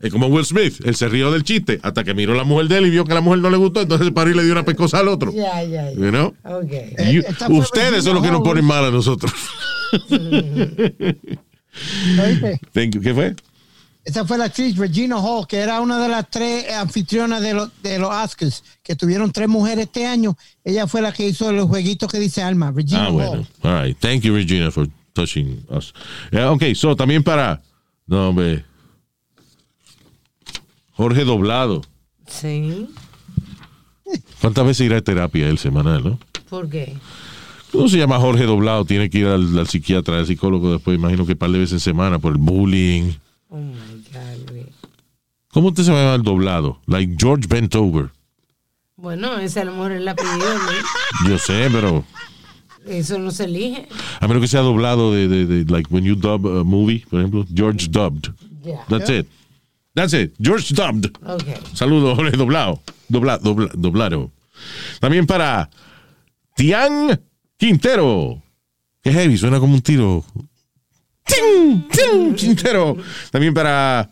Es como Will Smith, él se rió del chiste hasta que miró a la mujer de él y vio que a la mujer no le gustó, entonces se paró y le dio una pescosa al otro.
Ya, ya, ya.
You know?
Ok.
You-
esta fue
ustedes son los que nos ponen mal a nosotros.
¿Oíste?
Thank you. ¿Qué fue?
Esa fue la actriz Regina Hall, que era una de las tres anfitrionas de, los de los Oscars, que tuvieron tres mujeres este año. Ella fue la que hizo los jueguitos que dice Alma, Regina
Ah,
Hall.
bueno. All right. Thank you, Regina, for touching us. Eh, ok, so también para. No, hombre. Jorge Doblado.
Sí.
¿Cuántas veces irá a terapia el semanal, no?
¿Por qué?
¿Cómo se llama Jorge Doblado? Tiene que ir al, al psiquiatra, al psicólogo después, imagino que un par de veces en semana por el bullying.
Oh my God, Luis.
¿Cómo usted se llama el doblado? Like George Bentover.
Bueno, ese a lo mejor es el apellido, Luis.
Yo sé, pero
Eso no se elige.
a menos que sea doblado de, de, de- like when you dub a movie, por ejemplo, George dubbed.
Ya.
That's it. That's it. George dubbed.
Ok.
Saludos, Jorge Doblado. Dobla, dobla, doblado. También para Tian Quintero. Qué heavy, suena como un tiro. ¡Ting! ¡Ting! Quintero. También para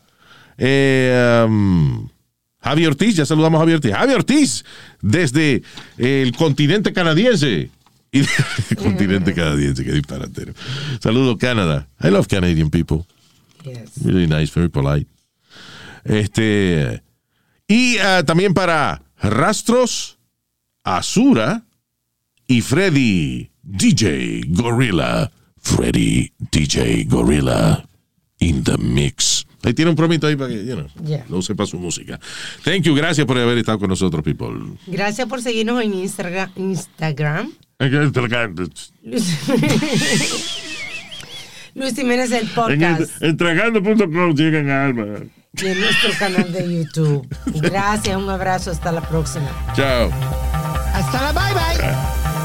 eh, um, Javi Ortiz. Ya saludamos a Javi Ortiz. Javi Ortiz, desde el continente canadiense. Y el continente canadiense, qué disparatero. Saludos, Canadá. I love Canadian people.
Yes.
Really nice, very polite. Este. Y ah, también para Rastros, Azura y Freddy DJ Gorilla. Freddy DJ Gorilla in the mix. Ahí tiene un promito ahí para que, you know,
Yeah.
no sepa su música. Thank you, gracias por haber estado con nosotros, people.
Gracias por seguirnos en Instagram. Instagram. Luis Jiménez el podcast
Entragando.com llegan a Alma.
y en nuestro canal de YouTube. Gracias, un abrazo, hasta la próxima.
Chao.
Hasta la bye bye.